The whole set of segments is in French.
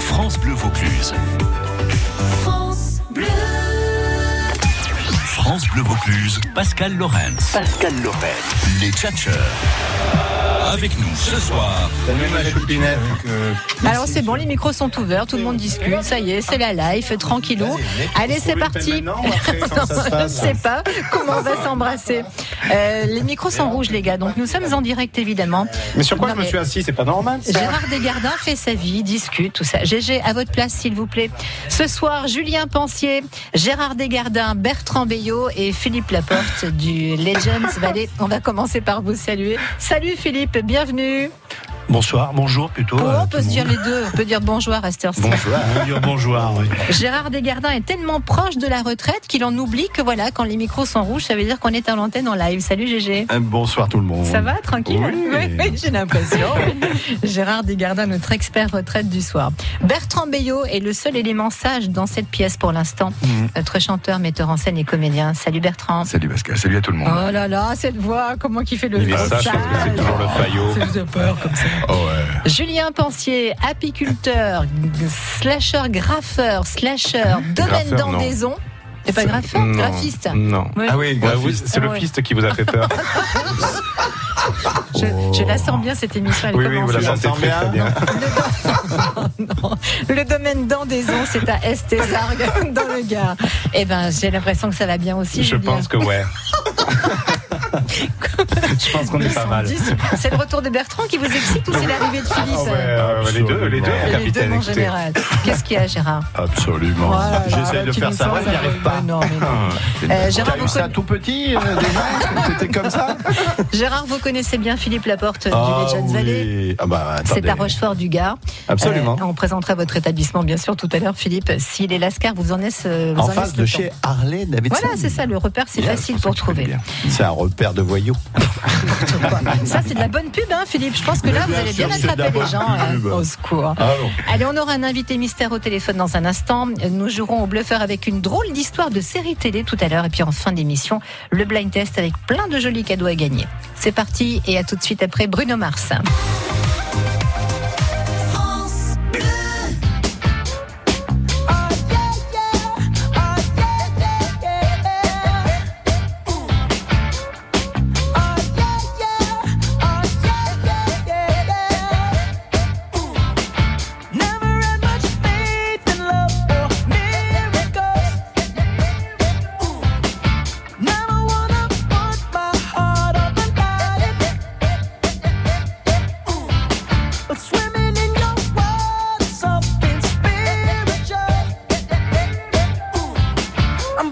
France Bleu Vaucluse. France Bleu. France Bleu Vaucluse, Pascal Lorenz. Pascal Lorenz. Les Tchatcheurs. Avec nous ce soir, Alors c'est bon, les micros sont ouverts, tout le monde discute, ça y est, c'est la live, tranquillou. Allez, euh, c'est parti. Je ne sais pas comment on va s'embrasser. Euh, les micros sont rouges, les gars, donc nous sommes en direct, évidemment. Euh, Mais sur quoi Non, je me mais- suis assis C'est pas normal ça Gérard Desgardins fait sa vie, discute, tout ça. GG, à votre place, s'il vous plaît. Ce soir, Julien Pensier, Gérard Desgardins, Bertrand Bayot et Philippe Laporte du Legends Valley. On va commencer par vous saluer. Salut Philippe, bienvenue. Bonsoir, bonjour plutôt. Oh, euh, on peut tout se le dire monde. les deux, on peut dire bonjour à cette heure-ci. On peut dire bonjour, oui. Gérard Desgardins est tellement proche de la retraite qu'il en oublie que voilà, quand les micros sont rouges, ça veut dire qu'on est à l'antenne en live. Salut GG. Bonsoir tout le monde. Ça va, tranquille Oui. Oui, oui, j'ai l'impression. Gérard Desgardins, notre expert retraite du soir. Bertrand Bayot est le seul élément sage dans cette pièce pour l'instant. Notre chanteur, metteur en scène et comédien. Salut Bertrand. Salut Pascal, salut à tout le monde. Oh là là, cette voix, comment qui fait le Il est vieux sage parce que c'est toujours le faillot. Ça faisait peur comme ça. Julien Pensier, apiculteur, g- slasher, graffeur, slasher, domaine Graffeur, non. d'endaison. C'est pas graffeur, Non. graphiste. Non. Oui. Ah oui, Bah, graphique. vous- c'est le Ouais. fist qui vous a fait peur. Je, je la sens bien cette émission. Elle oui, oui, commence vous la là. sentez très, très bien. Non. Le domaine d'endaison, c'est à Estésargues, dans le Gard. Eh ben, j'ai l'impression que ça va bien aussi. Je Julien. pense que ouais. Je pense qu'on est pas mal. 210. C'est le retour de Bertrand qui vous excite ou c'est l'arrivée de Philippe Ah ouais, euh, les deux, les deux, Ah, Et les deux capitaine. en écoutez. général. Qu'est-ce qu'il y a, Gérard Absolument. J'essaie de faire ça, j'y arrive pas. Non, mais non. Euh, Gérard, vous conna- tout petit, euh, déjà T'étais comme ça Gérard, vous connaissez bien Philippe Laporte euh, du Ah Legends Valley oui. Ah bah, c'est attendez. à Rochefort du Gard. Absolument. Euh, on présentera votre établissement bien sûr tout à l'heure, Philippe. Si les Lascars vous en laissent, euh, vous En en face laissent de le chez temps. Harley Davidson. Voilà, c'est ça. Le repère, c'est Yeah, facile c'est pour ça que je fais trouver. bien. C'est un repère de voyous. Ah, Ça, c'est de la bonne pub, hein, Philippe. Je pense que là, vous allez bien attraper les gens. euh, au secours. Allez, on aura un invité mystère au téléphone dans un instant. Nous jouerons au bluffeur avec une drôle d'histoire de série télé tout à l'heure. Et puis en fin d'émission, le blind test avec plein de jolis cadeaux à gagner. C'est parti et à tout de suite après Bruno Mars. France Bleu. Ah, Ah, Never had much faith in love or miracles. Never wanna put my heart on the line. Oh, Oh, Oh, Oh, Oh, Oh,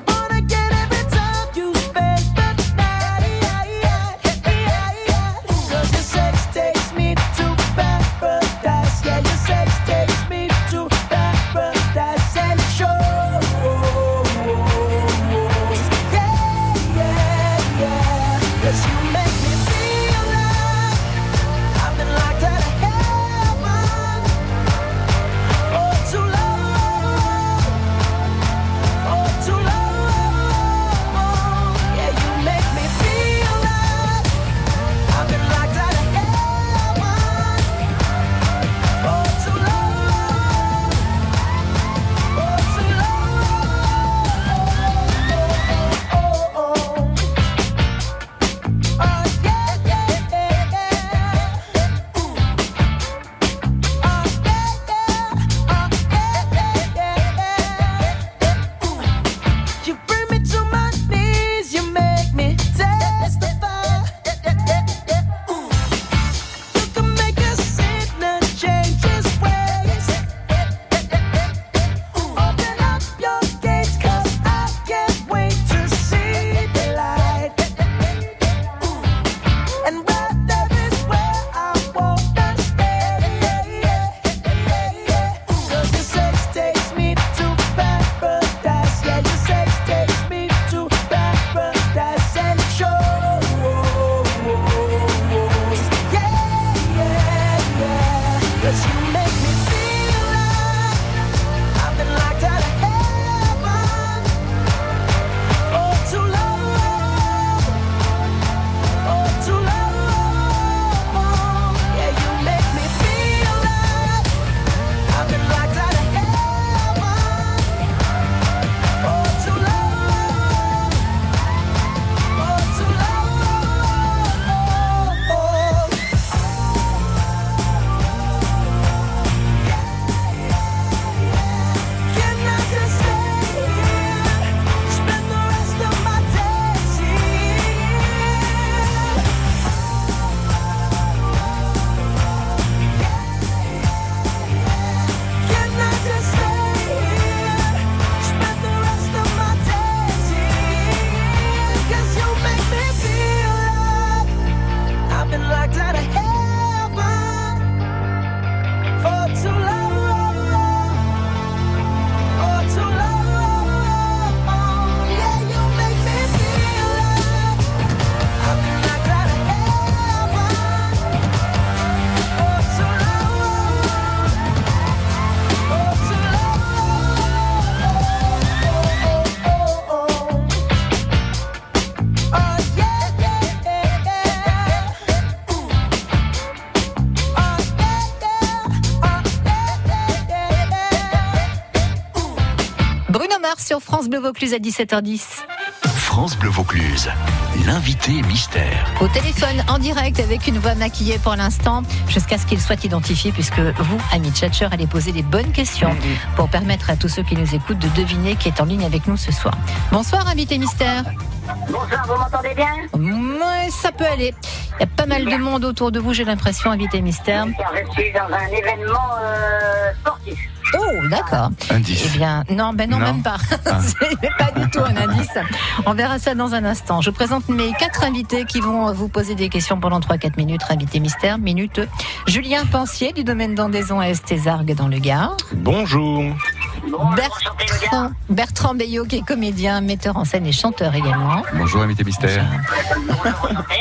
Oh, Oh, Oh, oh. soir sur France Bleu Vaucluse à 17h10. France Bleu Vaucluse, l'invité mystère. Au téléphone, en direct, avec une voix maquillée pour l'instant, jusqu'à ce qu'il soit identifié, puisque vous, amis tchatcheurs, allez poser les bonnes questions pour permettre à tous ceux qui nous écoutent de deviner qui est en ligne avec nous ce soir. Bonsoir, invité mystère. Bonsoir, vous m'entendez bien Ouais, ça peut aller. Il y a pas mal de monde autour de vous, j'ai l'impression, invité mystère. Car je suis dans un événement euh, sportif. Oh, d'accord. Indice. Eh bien, non, ben non, Non. même pas. C'est pas du tout un indice. On verra ça dans un instant. Je présente mes quatre invités qui vont vous poser des questions pendant 3-4 minutes. Invité mystère, minute. Julien Pensier du domaine d'Andaison à Estézargues dans le Gard. Bonjour. Bon, enchanté, le gars. Bertrand, Bertrand Bayot qui est comédien, metteur en scène et chanteur également. Bonjour, invité mystère.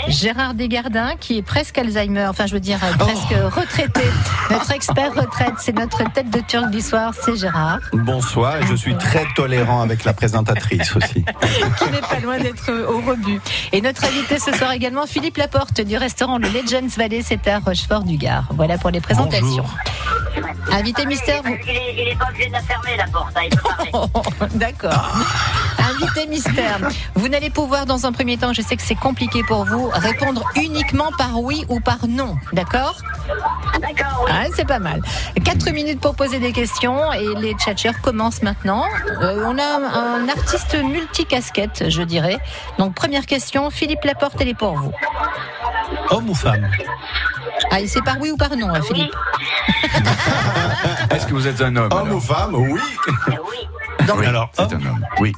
Gérard Desgardins, qui est presque Alzheimer, enfin je veux dire euh, presque retraité. Notre expert retraite, c'est notre tête de turc du soir, c'est Gérard, Bonsoir, et je suis très tolérant avec la présentatrice aussi. qui n'est pas loin d'être euh, au rebut. Et notre invité ce soir également, Philippe Laporte du restaurant Le Legends Valley, c'est à Rochefort-du-Gard. Voilà pour les présentations. Invité mystère, vous... Ah Il est, il est pas obligé de la fermer, la porte. hein, il peut parler. D'accord. Invité mystère, vous n'allez pouvoir dans un premier temps, je sais que c'est compliqué pour vous, répondre uniquement par oui ou par non, d'accord D'accord, oui. Ah, c'est pas mal. 4 minutes pour poser des questions et les tchatcheurs commencent maintenant. Euh, on a un, un artiste multicasquette, je dirais. Donc première question, Philippe Laporte, elle est pour vous. Homme ou femme Ah, et c'est par oui ou par non, hein, Philippe Est-ce que vous êtes un homme Ah, Homme ou femme, oui. Euh, Oui, Oui, Alors, c'est homme. un homme. Oui.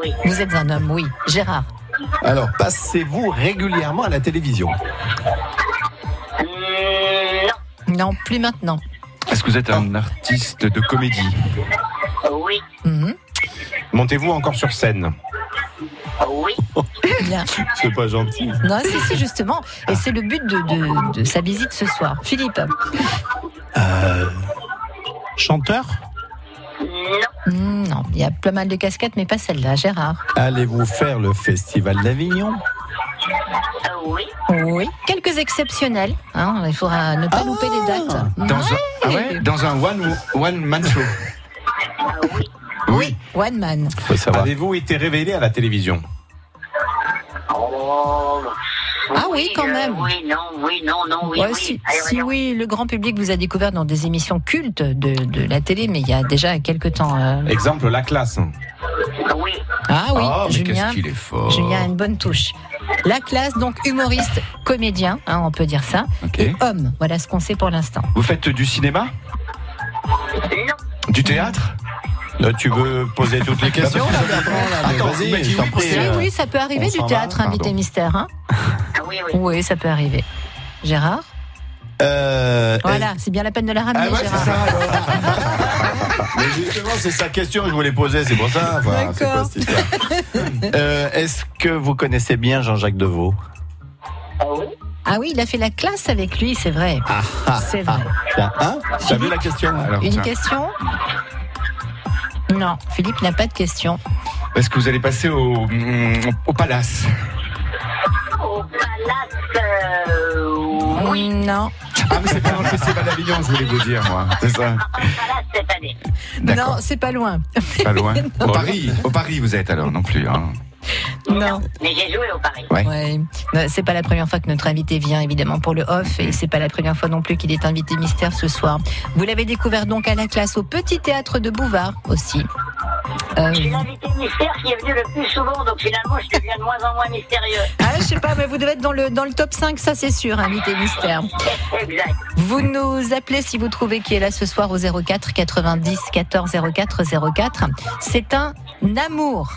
oui. Vous êtes un homme, oui. Gérard. Alors, passez-vous régulièrement à la télévision Hum, Non, plus maintenant. Est-ce que vous êtes un artiste de comédie non, oui, Mhm. Montez-vous encore sur scène oui. Bien. C'est pas gentil. Non, si, si, justement. Et c'est le but de, de- de sa visite ce soir. Philippe. Chanteur Hmm, Non, il y a pas mal de casquettes, mais pas celle-là. Gérard. Allez-vous faire le Festival d'Avignon Euh, oui. Oui. Quelques exceptionnels. hein, il faudra ne pas louper les dates. dans un, Ah ouais Dans un one, one man show Oui. One man. Faut savoir. Avez-vous été révélé à la télévision Oh, Ah oui, quand euh, même. Oui, non, oui, non, non, oui. Ah, Ouais, oui. si, Allez, si regarde. oui, le grand public vous a découvert dans des émissions cultes de, de la télé, mais il y a déjà quelques temps. euh. Exemple, la classe. oui. Ah oui, Ah, mais Julien, qu'est-ce qu'il est fort. Julien a une bonne touche. La classe, donc humoriste, comédien, hein, on peut dire ça, Ok. et homme. Voilà ce qu'on sait pour l'instant. Vous faites du cinéma Non, Du théâtre Là, Euh, tu veux poser toutes les Bah, questions Attends, vas-y, vas-y, je t'en oui, prie. c'est- Si, oui, ça peut arriver euh, on du s'en va, théâtre, invité pardon. mystère. hein. oui, oui. Oui, ça peut arriver. Gérard Euh, Voilà, c'est bien Oh, la peine de la ramener, Ah ouais, c'est Gérard. ça alors. Mais justement, c'est sa question que je voulais poser, c'est pour ça. Enfin, c'est quoi D'accord. cette histoire Euh, Est-ce que vous connaissez bien Jean-Jacques Deveau Ah oui. Ah oui, il a fait la classe avec lui, c'est vrai. Ah, c'est vrai. Tiens, hein T'as vu la question hein Alors, Une tiens. question Non, Philippe n'a pas de question. Est-ce que vous allez passer au, mm, au palace Au palace, euh, oui. Non. Ah, mais c'est pas dans le festival d'Avignon, je voulais vous dire, moi. C'est ça Pas au palace cette année. Non, D'accord. c'est pas loin. Pas loin. Au Paris Au Paris, vous êtes alors, non plus. hein. Non. Mais j'ai joué au Paris. Ouais. Non, C'est pas la première fois que notre invité vient, évidemment, pour le off, et c'est pas la première fois non plus qu'il est invité mystère ce soir. Vous l'avez découvert donc à la classe au Petit Théâtre de Bouvard aussi. Euh, Je suis l'invité mystère qui est venu le plus souvent, donc finalement je deviens de moins en moins mystérieux. ah, je sais pas, mais vous devez être dans le, dans le top 5, ça c'est sûr, invité mystère. Exact. Vous nous appelez si vous trouvez qui est là ce soir au 04 90 14 04 04. C'est un amour.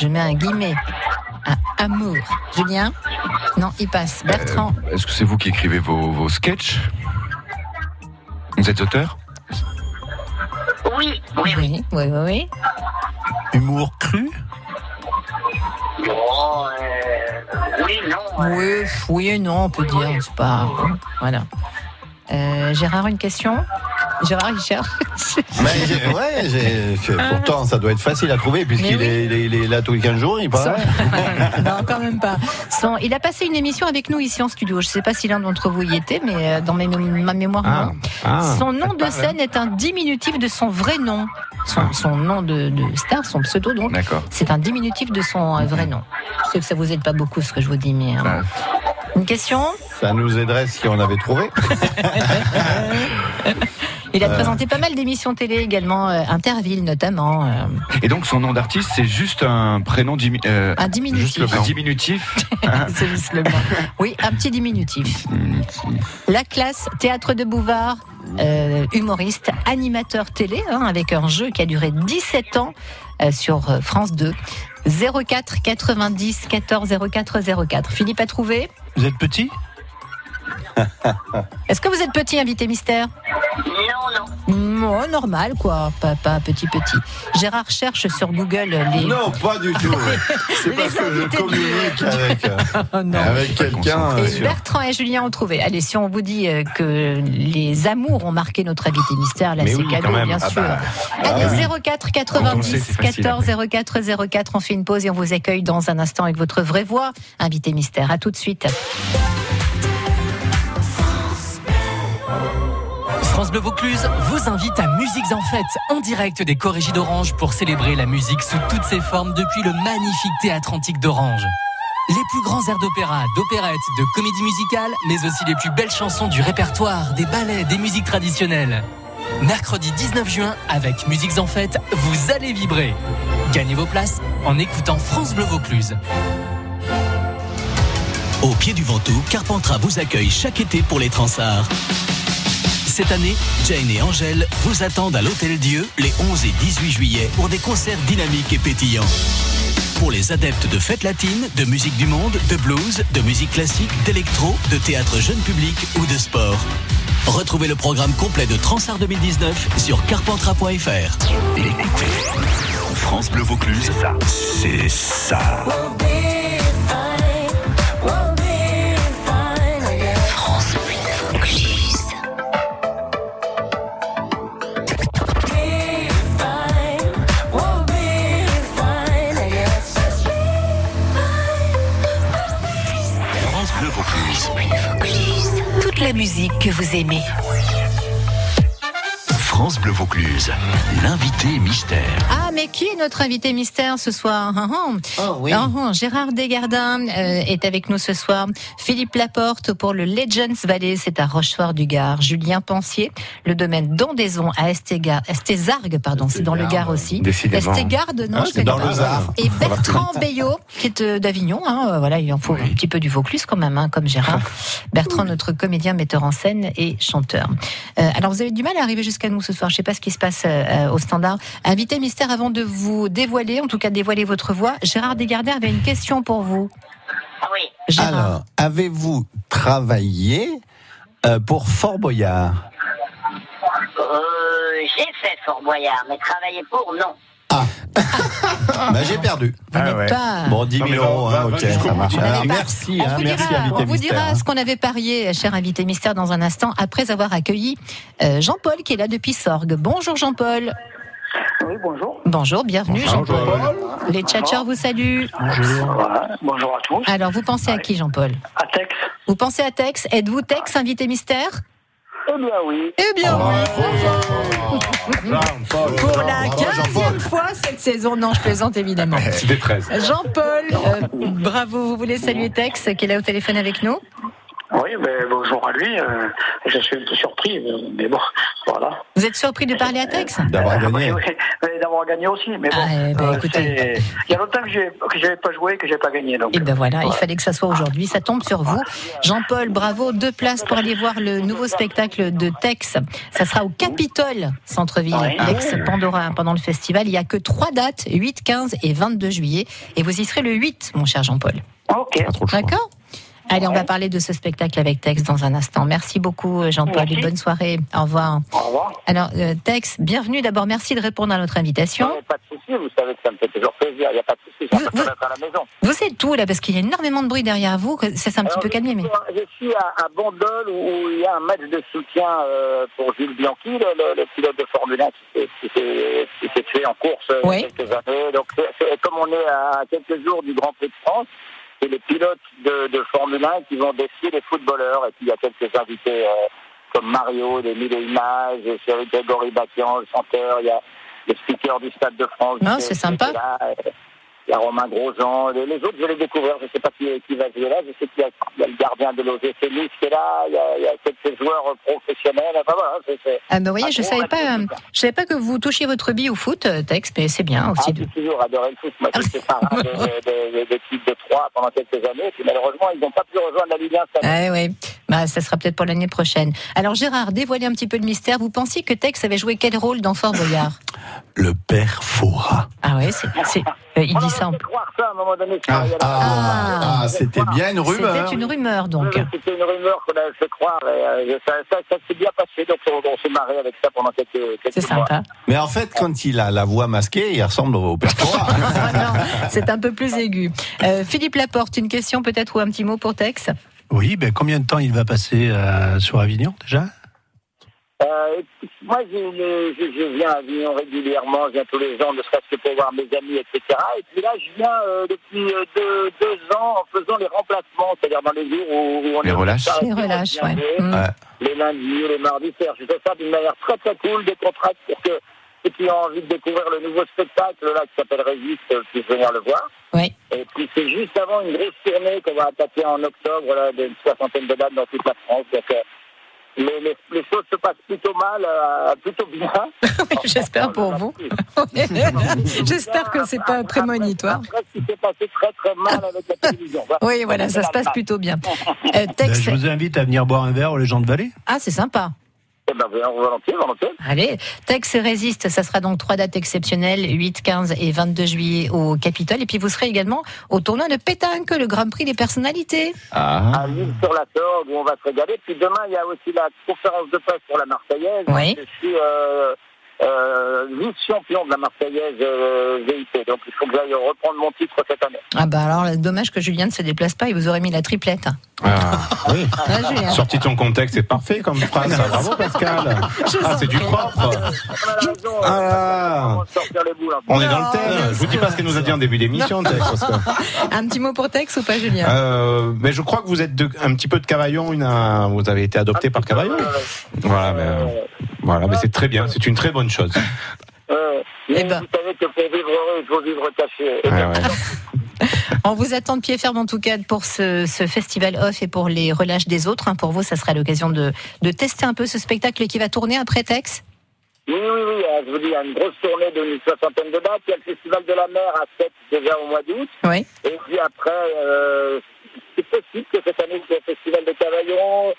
Je mets un guillemet. Un amour. Julien Non, il passe. Bertrand Est-ce que c'est vous qui écrivez vos, vos sketchs Vous êtes auteur Oui, oui, oui. Oui, oui, oui. Humour cru Bon, Oh, euh, oui, non. Oui, euh, oui, oui et non, on peut dire. C'est pas. Voilà. Euh, Gérard, une question Gérard, il cherche. Mais j'ai- ouais, j'ai- c'est- pourtant, ça doit être facile à trouver, puisqu'il Mais oui. est, il est- il est là tous les 15 jours, il paraît. non, quand même pas. Son- Il a passé une émission avec nous ici en studio. Je ne sais pas si l'un d'entre vous y était, mais Ah. Ah. euh, dans mes- ma mémoire, non. Son nom de scène est un diminutif de son vrai nom. son, son nom de, de star, son pseudo donc. D'accord. C'est un diminutif de son euh, vrai nom. Je sais que ça vous aide pas beaucoup ce que je vous dis, mais. euh, Ah. Une question Ça nous aiderait si on avait trouvé. Il a présenté pas mal d'émissions télé également, euh, Interville notamment. euh, Et donc son nom d'artiste, c'est juste un prénom dimi- euh, un diminutif. juste le un diminutif. C'est juste le mot. Oui, un petit diminutif. La classe, théâtre de bouvard, euh, humoriste, animateur télé, hein, avec un jeu qui a duré 17 ans euh, sur euh, France 2. 04 90 14 04 04. Philippe a trouvé. Vous êtes petit Est-ce que vous êtes petit, invité mystère euh, Non, non. Non, normal quoi, pas, pas petit petit. Gérard cherche sur Google euh, les. Non, pas du tout. C'est Les parce que je invités du- communique avec, euh, Oh, non. avec pas quelqu'un. concentré. euh, Et sur- Bertrand et Julien ont trouvé. Allez, si on vous dit euh, que les amours ont marqué notre invité mystère, là Mais c'est oui, quand cadeau, même. bien Ah sûr. bah, Allez, 04 Quand on le sait, 90 c'est facile, 14 04 04. On fait une pause et on vous accueille dans un instant avec votre vraie voix, invité mystère. À tout de suite. France Bleu Vaucluse vous invite à Musiques en Fête, en direct des Corégies d'Orange pour célébrer la musique sous toutes ses formes depuis le magnifique théâtre antique d'Orange. Les plus grands airs d'opéra, d'opérette, de comédie musicale, mais aussi les plus belles chansons du répertoire, des ballets, des musiques traditionnelles. Mercredi 19 juin, avec Musiques en Fête, vous allez vibrer. Gagnez vos places en écoutant France Bleu Vaucluse. Au pied du Ventoux, Carpentras vous accueille chaque été pour les Transarts. Cette année, Jane et Angèle vous attendent à l'Hôtel Dieu les 11 et 18 juillet pour des concerts dynamiques et pétillants. Pour les adeptes de fêtes latines, de musique du monde, de blues, de musique classique, d'électro, de théâtre jeune public ou de sport. Retrouvez le programme complet de Transart 2019 sur carpentras.fr. France Bleu Vaucluse, c'est ça. We'll be fine. We'll be fine. Be fine. We'll be fine, I guess. France Bleu Vaucluse. Toute la musique que vous aimez. France Bleu Vaucluse, l'invité mystère. Ah, mais qui est notre invité mystère ce soir Hein, hein. Oh Hein, hein. Gérard Desgardins euh, est avec nous ce soir. Philippe Laporte pour le Legends Valley, c'est à Rochefort-du-Gard. Julien Pensier, le domaine d'Ondaison à Estéga- Estézargues, pardon, c'est dans le Gard aussi. Décidément. Estégarde, non, Ah, je c'est connais dans pas. le Zard. Et Bertrand Bayot, qui est euh, d'Avignon, hein, euh, voilà, il en faut un petit peu du Vaucluse quand même, hein, comme Gérard. Bertrand, notre comédien, metteur en scène et chanteur. Euh, alors, vous avez du mal à arriver jusqu'à nous ce soir. Je sais pas ce qui se passe euh, euh, au standard. Invité mystère, avant de vous dévoiler, en tout cas dévoiler votre voix, Gérard Desgardins avait une question pour vous. Ah oui. Gérard. Alors, avez-vous travaillé euh, pour Fort Boyard Euh, j'ai fait Fort Boyard, mais travailler pour, non. Bah, j'ai perdu. vous ah n'êtes ouais. pas. Ben, Bon, 10 Non, 000 mais va- euros, va- hein, va ok, jusqu'au ça bout. marche. Vous n'avez Alors, pas- merci, On hein, vous merci dira, Invité on vous Mystère. dira ce qu'on avait parié, cher invité mystère, dans un instant, après avoir accueilli euh, Jean-Paul qui est là depuis Sorgue. Bonjour Jean-Paul. Oui, bonjour. Bonjour, bienvenue Jean-Paul. Les tchatcheurs vous saluent. Voilà, bonjour à tous. Alors, vous pensez à qui Jean-Paul À Tex Vous pensez à Tex Êtes-vous Tex, invité mystère Eh bien oui. Eh bien oui Jean-Paul. Pour la Bravo, Jean-Paul. 15e fois cette saison, non, je plaisante évidemment. C'était 13. Jean-Paul, euh, bravo, vous voulez saluer Tex qui est là au téléphone avec nous Oui, ben, bonjour à lui. euh, je suis un peu surpris, mais, mais bon, voilà. Vous êtes surpris de parler à Tex D'avoir Euh, gagné. oui, mais D'avoir gagné aussi, mais bon. Ah, eh ben, euh, écoutez. c'est- Il y a longtemps que j'ai- que j'avais pas joué, que j'ai pas gagné. Donc. Et ben voilà, il fallait que ça soit aujourd'hui, ça tombe sur vous. Jean-Paul, bravo, deux places pour aller voir le nouveau spectacle de Tex. Ça sera au Capitole, centre-ville, Ouais. Ah l'ex-Pandora, pendant le festival. Il n'y a que trois dates, 8, 15 et 22 juillet. Et vous y serez le 8, mon cher Jean-Paul. Ok. D'accord Allez, on va parler de ce spectacle avec Tex dans un instant. Merci beaucoup, Jean-Paul, Merci. et bonne soirée. Au revoir. Au revoir. Alors, euh, Tex, bienvenue. D'abord, merci de répondre à notre invitation. Non, mais Euh, pas de souci, vous savez que ça me fait toujours plaisir. Il n'y a pas de souci, Hein Vous- j'en peux vous- pas à la maison. Vous êtes tout là, parce qu'il y a énormément de bruit derrière vous. que Ça s'est un petit Alors, peu je calmé, mais. suis à- Je suis à, à Bandol où, où il y a un match de soutien euh, pour Gilles Bianchi, le, le- le pilote de Formule 1 qui s'est- qui s'est qui s'est tué en course euh, Oui. il y a quelques années. Donc, c'est- c'est- comme on est à quelques jours du Grand Prix de France, c'est les pilotes de, de Formule 1 qui vont défier les footballeurs. Et puis, il y a quelques invités euh, comme Mario, les Mille et Images, Cyril Grégory Batian, le chanteur. Il y a, le speaker du Stade de France. Non, qui- Ah, c'est qui sympa. était là, euh, Il y a Romain Grosjean, les, les autres, je vais les découvrir. Je ne sais pas qui, qui va jouer là. Je sais qu'il y, a- il y a le gardien de l'OGC Nice qui est là. Il y a, il y a quelques joueurs professionnels. Enfin, voilà, hein, c'est- c'est- Ah, ben, vous voyez, un je gros savais match de pas, euh, foot. je savais pas que vous touchiez votre bille au foot, euh, Tex, mais c'est bien Ah, aussi. de- j'ai toujours adoré le foot. Moi, j'étais parrain de, de, de, de l'équipe de Troyes pendant quelques années. Et puis, malheureusement, ils n'ont pas pu rejoindre la Ligue 1 cette année. Ah oui, bah, ça sera peut-être pour l'année prochaine. Alors Gérard, dévoilez un petit peu le mystère. Vous pensiez que Tex avait joué quel rôle dans Fort Boyard Le père Fora. Ah ouais, c'est, c'est- euh, il dit ça. En... croire ça à un moment donné. Ah, ah, c'était bien une hein. rumeur. C'était une rumeur donc. Oui, C'était une rumeur qu'on avait fait croire. Et, euh, ça ça, ça s'est bien passé. Donc, on, on s'est marré avec ça pendant quelques, quelques mois. Mais en fait, quand il a la voix masquée, il ressemble au père Fora. Oh, C'est un peu plus aigu. Euh, Philippe Laporte, une question peut-être ou un petit mot pour Tex Oui, ben combien de temps il va passer euh, sur Avignon déjà Euh, moi, je, je- je- je viens à Avignon régulièrement, je viens tous les ans, ne serait-ce que pour voir mes amis, etc. Et puis là, je viens euh, depuis euh, deux, deux ans en faisant les remplacements, c'est-à-dire dans les jours où, où on Les est relâches. on Les vient relâches, jouer, ouais. Hmm. Mm. Les lundis, les mardis, soirs. je fais ça d'une manière très très cool, des contrats pour que ceux qui ont envie de découvrir le nouveau spectacle là qui s'appelle Résiste euh, puissent venir le voir. Oui. Et puis c'est juste avant une grosse tournée qu'on va attaquer en octobre, là, d'une soixantaine de dates dans toute la France. Donc, euh, les, les- les choses se passent plutôt mal, euh, plutôt bien. Ah, J'espère pour vous. J'espère que c'est pas prémonitoire. Après, ce qui s'est passé très très mal avec la télévision. Bah, Oui, voilà, ça se passe plutôt bien. Euh, Ben, Tex, Je vous invite à venir boire un verre aux légendes de Valais. ah c'est sympa. Eh ben, volontiers, volontiers. Allez, Tex résiste, ça sera donc trois dates exceptionnelles, 8, 15 et 22 juillet au Capitole. Et puis vous serez également au tournoi de Pétanque, le Grand Prix des personnalités. À l'île sur la Sorgue, où on va se régaler. Puis demain, il y a aussi la conférence de presse pour la Marseillaise. Oui. Je suis euh, euh, vice-champion de la Marseillaise euh, VIP. Donc il faut que j'aille reprendre mon titre cette année. Ah bah alors, là, dommage que Julien ne se déplace pas, il vous aurait mis la triplette. oui. Ah, Julien. Sorti de ton contexte, c'est parfait comme phrase. Ah, Bravo Pascal. Ah, c'est du propre. Ah hein. là là. On est dans le thème. Je vous dis pas ce qu'elle nous a dit en début d'émission, Tex, parce que- Un petit mot pour Tex ou pas, Julien Euh, mais je crois que vous êtes de- un petit peu de Cavaillon. une- un- vous avez été adopté par Cavaillon. Voilà, mais, euh, voilà, mais c'est très bien. C'est une très bonne chose. Euh, mais vous savez que pour vivre heureux, il faut vivre caché. Et bien, On vous attend de pied ferme en tout cas pour ce, ce festival off et pour les relâches des autres. hein. Pour vous, ça sera l'occasion de, de tester un peu ce spectacle qui va tourner après Tex. Oui, oui, oui, euh, je vous dis, il y a une grosse tournée d'une soixantaine de dates. Il y a le Festival de la Mer à 7 déjà au mois d'août. Oui. Et puis après, euh, c'est possible que cette année, c'est le Festival de Cavaillon.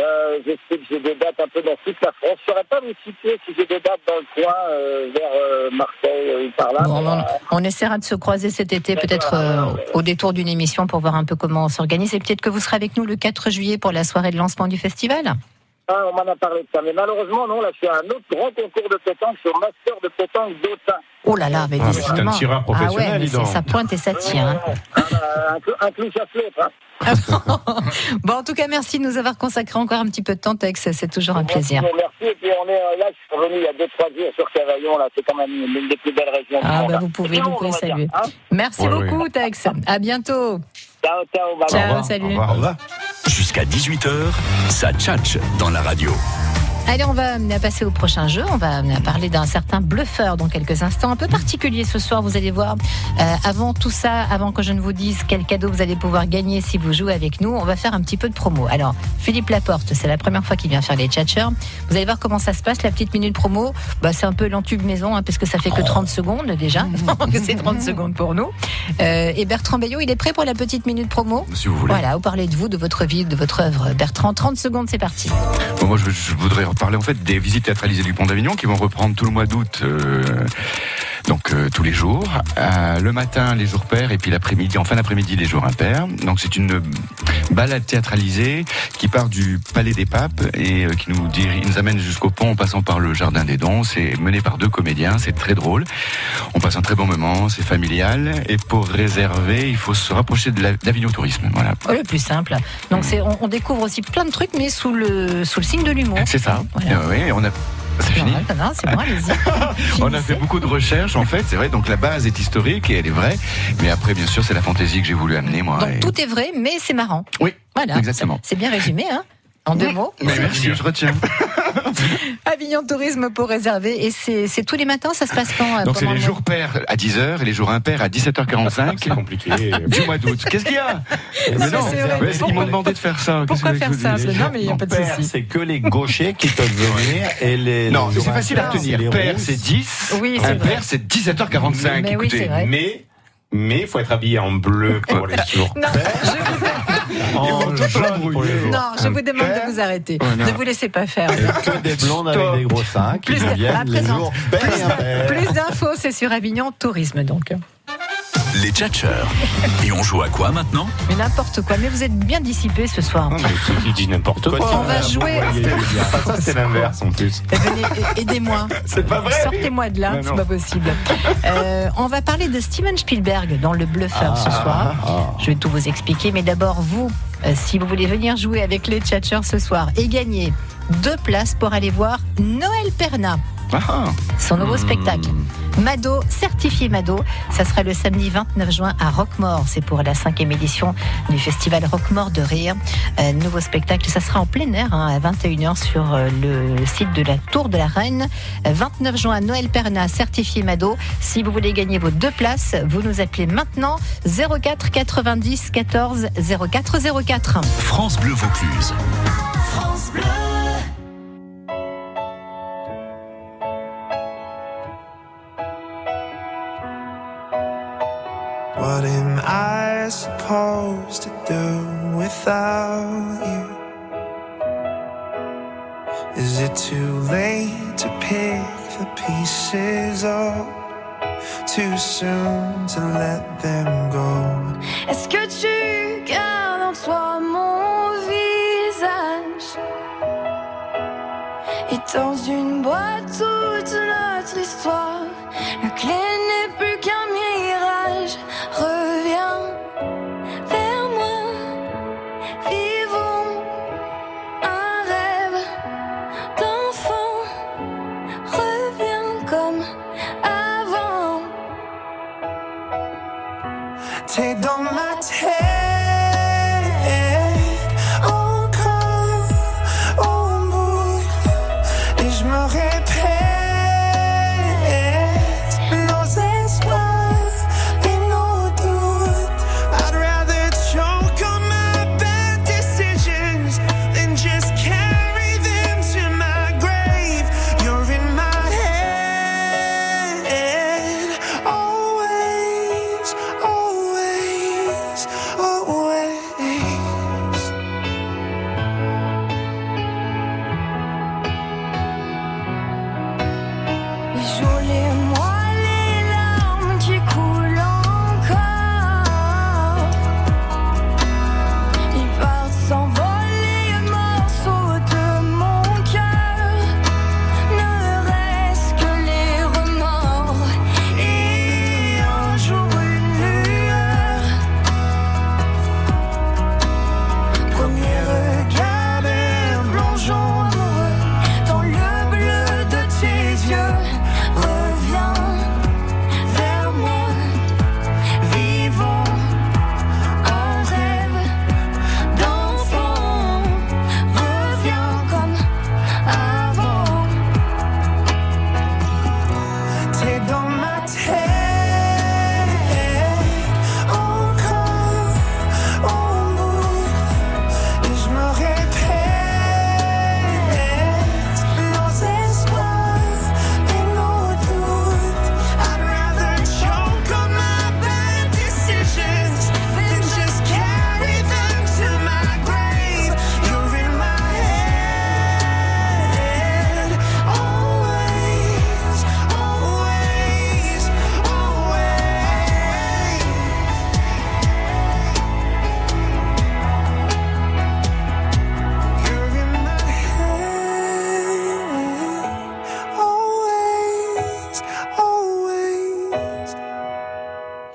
Euh, je sais que j'ai des dates un peu dans toute la France. Je ne saurais pas vous situer si j'ai des dates dans le coin, euh, vers euh, Marseille euh, ou par là. Bon, mais, on, euh, on essaiera de se croiser cet été, peut-être euh, au détour d'une émission pour voir un peu comment on s'organise. Et peut-être que vous serez avec nous le 4 juillet pour la soirée de lancement du festival. Ah, on m'en a parlé de ça, mais malheureusement, non, là, je suis à un autre grand concours de pétanque, je suis au Master de pétanque d'Autun. Oh là là, mais Ah, mais décidément. c'est un tireur professionnel, Ah ouais, mais dis c'est- donc. ça pointe et ça tire. hein. Ah, bah, un, clou- un clou chasse l'autre, hein. Bon, en tout cas, merci de nous avoir consacré encore un petit peu de temps, Tex. C'est toujours un Merci, plaisir. bon, merci. Et puis on est euh, là, je suis revenu il y a 2-3 jours sur Cavaillon, là, c'est quand même l'une des plus belles régions du Ah monde. bah hein. vous pouvez, C'est vous long, pouvez on va dire, saluer. hein. Merci Ouais, beaucoup, Tex. À bientôt. Ciao, ciao, bye Ciao, salut. Jusqu'à 18h, ça tchatche dans la radio. Allez, on va euh, passer au prochain jeu. On va euh, parler d'un certain bluffeur dans quelques instants. Un peu particulier ce soir, vous allez voir. Euh, avant tout ça, avant que je ne vous dise quel cadeau vous allez pouvoir gagner si vous jouez avec nous, on va faire un petit peu de promo. Alors, Philippe Laporte, c'est la première fois qu'il vient faire les tchatchers. Vous allez voir comment ça se passe, la petite minute promo. Bah, c'est un peu l'entube maison, hein, parce que ça fait que 30 secondes déjà. que c'est 30 secondes pour nous. Euh, et Bertrand Bayot, il est prêt pour la petite minute promo Si vous voulez. Voilà, vous parlez de vous, de votre vie, de votre œuvre. Bertrand, 30 secondes, c'est parti. Bon, moi, je, je voudrais reparler en fait des visites théâtralisées du Pont d'Avignon qui vont reprendre tout le mois d'août, euh, donc euh, tous les jours. Euh, le matin, les jours pairs, et puis l'après-midi, en fin d'après-midi, les jours impairs. Donc, c'est une balade théâtralisée qui part du Palais des Papes et euh, qui nous, dirige- nous amène jusqu'au pont en passant par le Jardin des Dons. C'est mené par deux comédiens, c'est très drôle. On passe un très bon moment, c'est familial. Et pour réserver, il faut se rapprocher de la- d'Avignon Tourisme. Voilà. Oh, le plus simple. Donc c'est, on, on découvre aussi plein de trucs, mais sous le, sous le signe de l'humour. C'est ça. Voilà. Euh, oui, on a. C'est fini Non, non, c'est bon, allez-y. On a fait beaucoup de recherches en fait, c'est vrai. Donc la base est historique et elle est vraie. Mais après, bien sûr, c'est la fantaisie que j'ai voulu amener moi. et- Tout est vrai, mais c'est marrant. Oui, Voilà. exactement. C'est bien résumé, hein En deux mots. Mais merci, je retiens. Avignon Tourisme pour réserver. Et c'est c'est tous les matins, ça se passe quand euh, Donc c'est pendant les le jours pairs à 10h et les jours impairs à 17h45. C'est compliqué. Du mois d'août. Qu'est-ce qu'il y a Non, mais c'est vrai. mais ils m'ont Pourquoi- demandé de faire ça. Qu'est-ce pourquoi que faire vous ça voulez Non, mais il n'y a pas de Père, souci. c'est que les gauchers qui peuvent venir et les. Non, les mais c'est gens facile à impairs, les retenir. Père, rousses. c'est 10. Oui, c'est vrai. Impair, c'est 17h45. Mais oui, c'est Écoutez, vrai. mais. Mais il faut être habillé en bleu pour les jours. Non, En jaune Oh, pour les jours. Non, je vous demande de vous arrêter. Ouais, non. Ne vous laissez pas faire. Que des blondes avec des gros seins qui Plus de- à viennent les présent. jours pairs et impairs. Plus d'infos, c'est sur Avignon Tourisme donc. Les tchatcheurs. Et on joue à quoi maintenant Mais n'importe quoi. Mais vous êtes bien dissipé ce soir. Il dit n'importe quoi. On va jouer. Ah, Ça, c'est l'inverse en plus. Venez, a- aidez-moi. C'est pas vrai. Sortez-moi de là, Non, c'est non. pas possible. Euh, on va parler de Steven Spielberg dans Le Bluffeur ce Ah. soir. Je vais tout vous expliquer, mais d'abord, vous, euh, si vous voulez venir jouer avec les Tchatchers ce soir et gagner deux places pour aller voir Noël Perna, Ah, son nouveau spectacle. Mado, certifié Mado, ça sera le samedi 29 juin à Roquemort. C'est pour la cinquième édition du festival Roquemort de Rire. Euh, nouveau spectacle, ça sera en plein air hein, à 21h sur euh, le site de la Tour de la Reine. Euh, 29 juin, Noël Perna, certifié Mado. Si vous voulez gagner vos deux places, vous nous appelez maintenant 04 90 14 04 04. France Bleu Vaucluse. France Bleu. What am I supposed to do without you? Is it too late to pick the pieces up? Too soon to let them go. Est-ce que tu gardes en toi mon visage Et dans une boîte toute notre histoire La clé n'est plus qu'un mirage Reviens vers moi Vivons un rêve d'enfant Reviens comme avant T'es dans ma tête Encore au bout Et je me répète Nos espoirs et nos doutes I'd rather choke on my bad decisions Than just carry them to my grave You're in my head Always, always, always Les jours, les mois, les larmes qui coulent encore Ils partent s'envoler, morceaux de mon cœur Ne reste que les remords Et un jour une lueur Premier regard de plongeon amoureux dans le bleu de tes yeux, reviens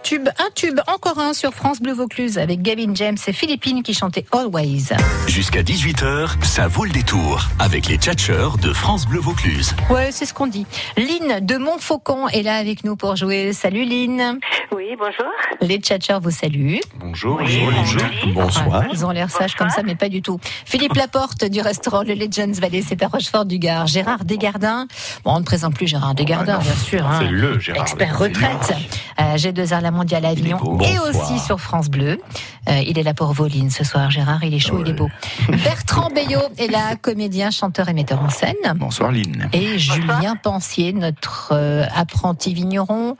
tube, un tube, encore un sur France Bleu Vaucluse avec Gavin James et Philippine qui chantaient Always. Jusqu'à 18h, ça vaut le détour avec les tchatcheurs de France Bleu Vaucluse. Ouais, c'est ce qu'on dit. Lynn de Montfaucon est là avec nous pour jouer. Salut Lynn. Oui, bonjour. Les tchatcheurs vous saluent. Bonjour, Oui, bonjour. Bonsoir. Enfin, ils ont l'air sages comme ça, mais pas du tout. Philippe Laporte du restaurant Le Legends Valley, c'est à Rochefort-du-Gard. Gérard Desgardins, bon, on ne présente plus Gérard Desgardins, bien sûr. Ah. hein. C'est le Gérard. Expert retraite. Euh, G2R La Mondiale à Avignon et aussi sur France Bleu. Euh, il est là pour Voline ce soir, Gérard. Il est chaud, il est beau. Bertrand Bayot est là, comédien, chanteur et metteur en scène. Bonsoir Lynn. Et Julien Pensier, notre euh, apprenti vigneron,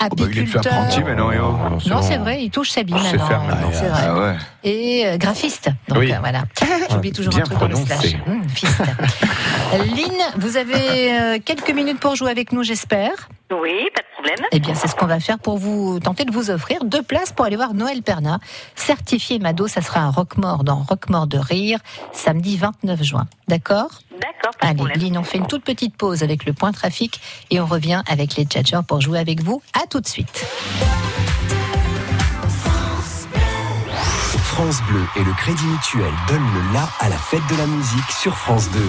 bah, il est plus apiculteur. apprenti maintenant. et oh, attention. non, c'est vrai, il touche sa bille C'est maintenant. faire maintenant. C'est vrai. Ah ouais. Et euh, graphiste. Donc Oui. euh, voilà. J'oublie toujours Bien un truc dans le prononcé. slash. Hum, fist. Lynn, vous avez euh, quelques minutes pour jouer avec nous, j'espère. Oui, pas de problème. Eh bien, c'est ce qu'on va faire pour vous tenter de vous offrir deux places pour aller voir Noël Pernat. Certifié Mado, ça sera un rock-mort dans Rock-mort de rire, samedi 29 juin. D'accord D'accord, Allez, Lynn, on fait une toute petite pause avec le point trafic et on revient avec les tchatcheurs pour jouer avec vous. À tout de suite. France Bleu et le Crédit Mutuel donnent le la à la fête de la musique sur France 2.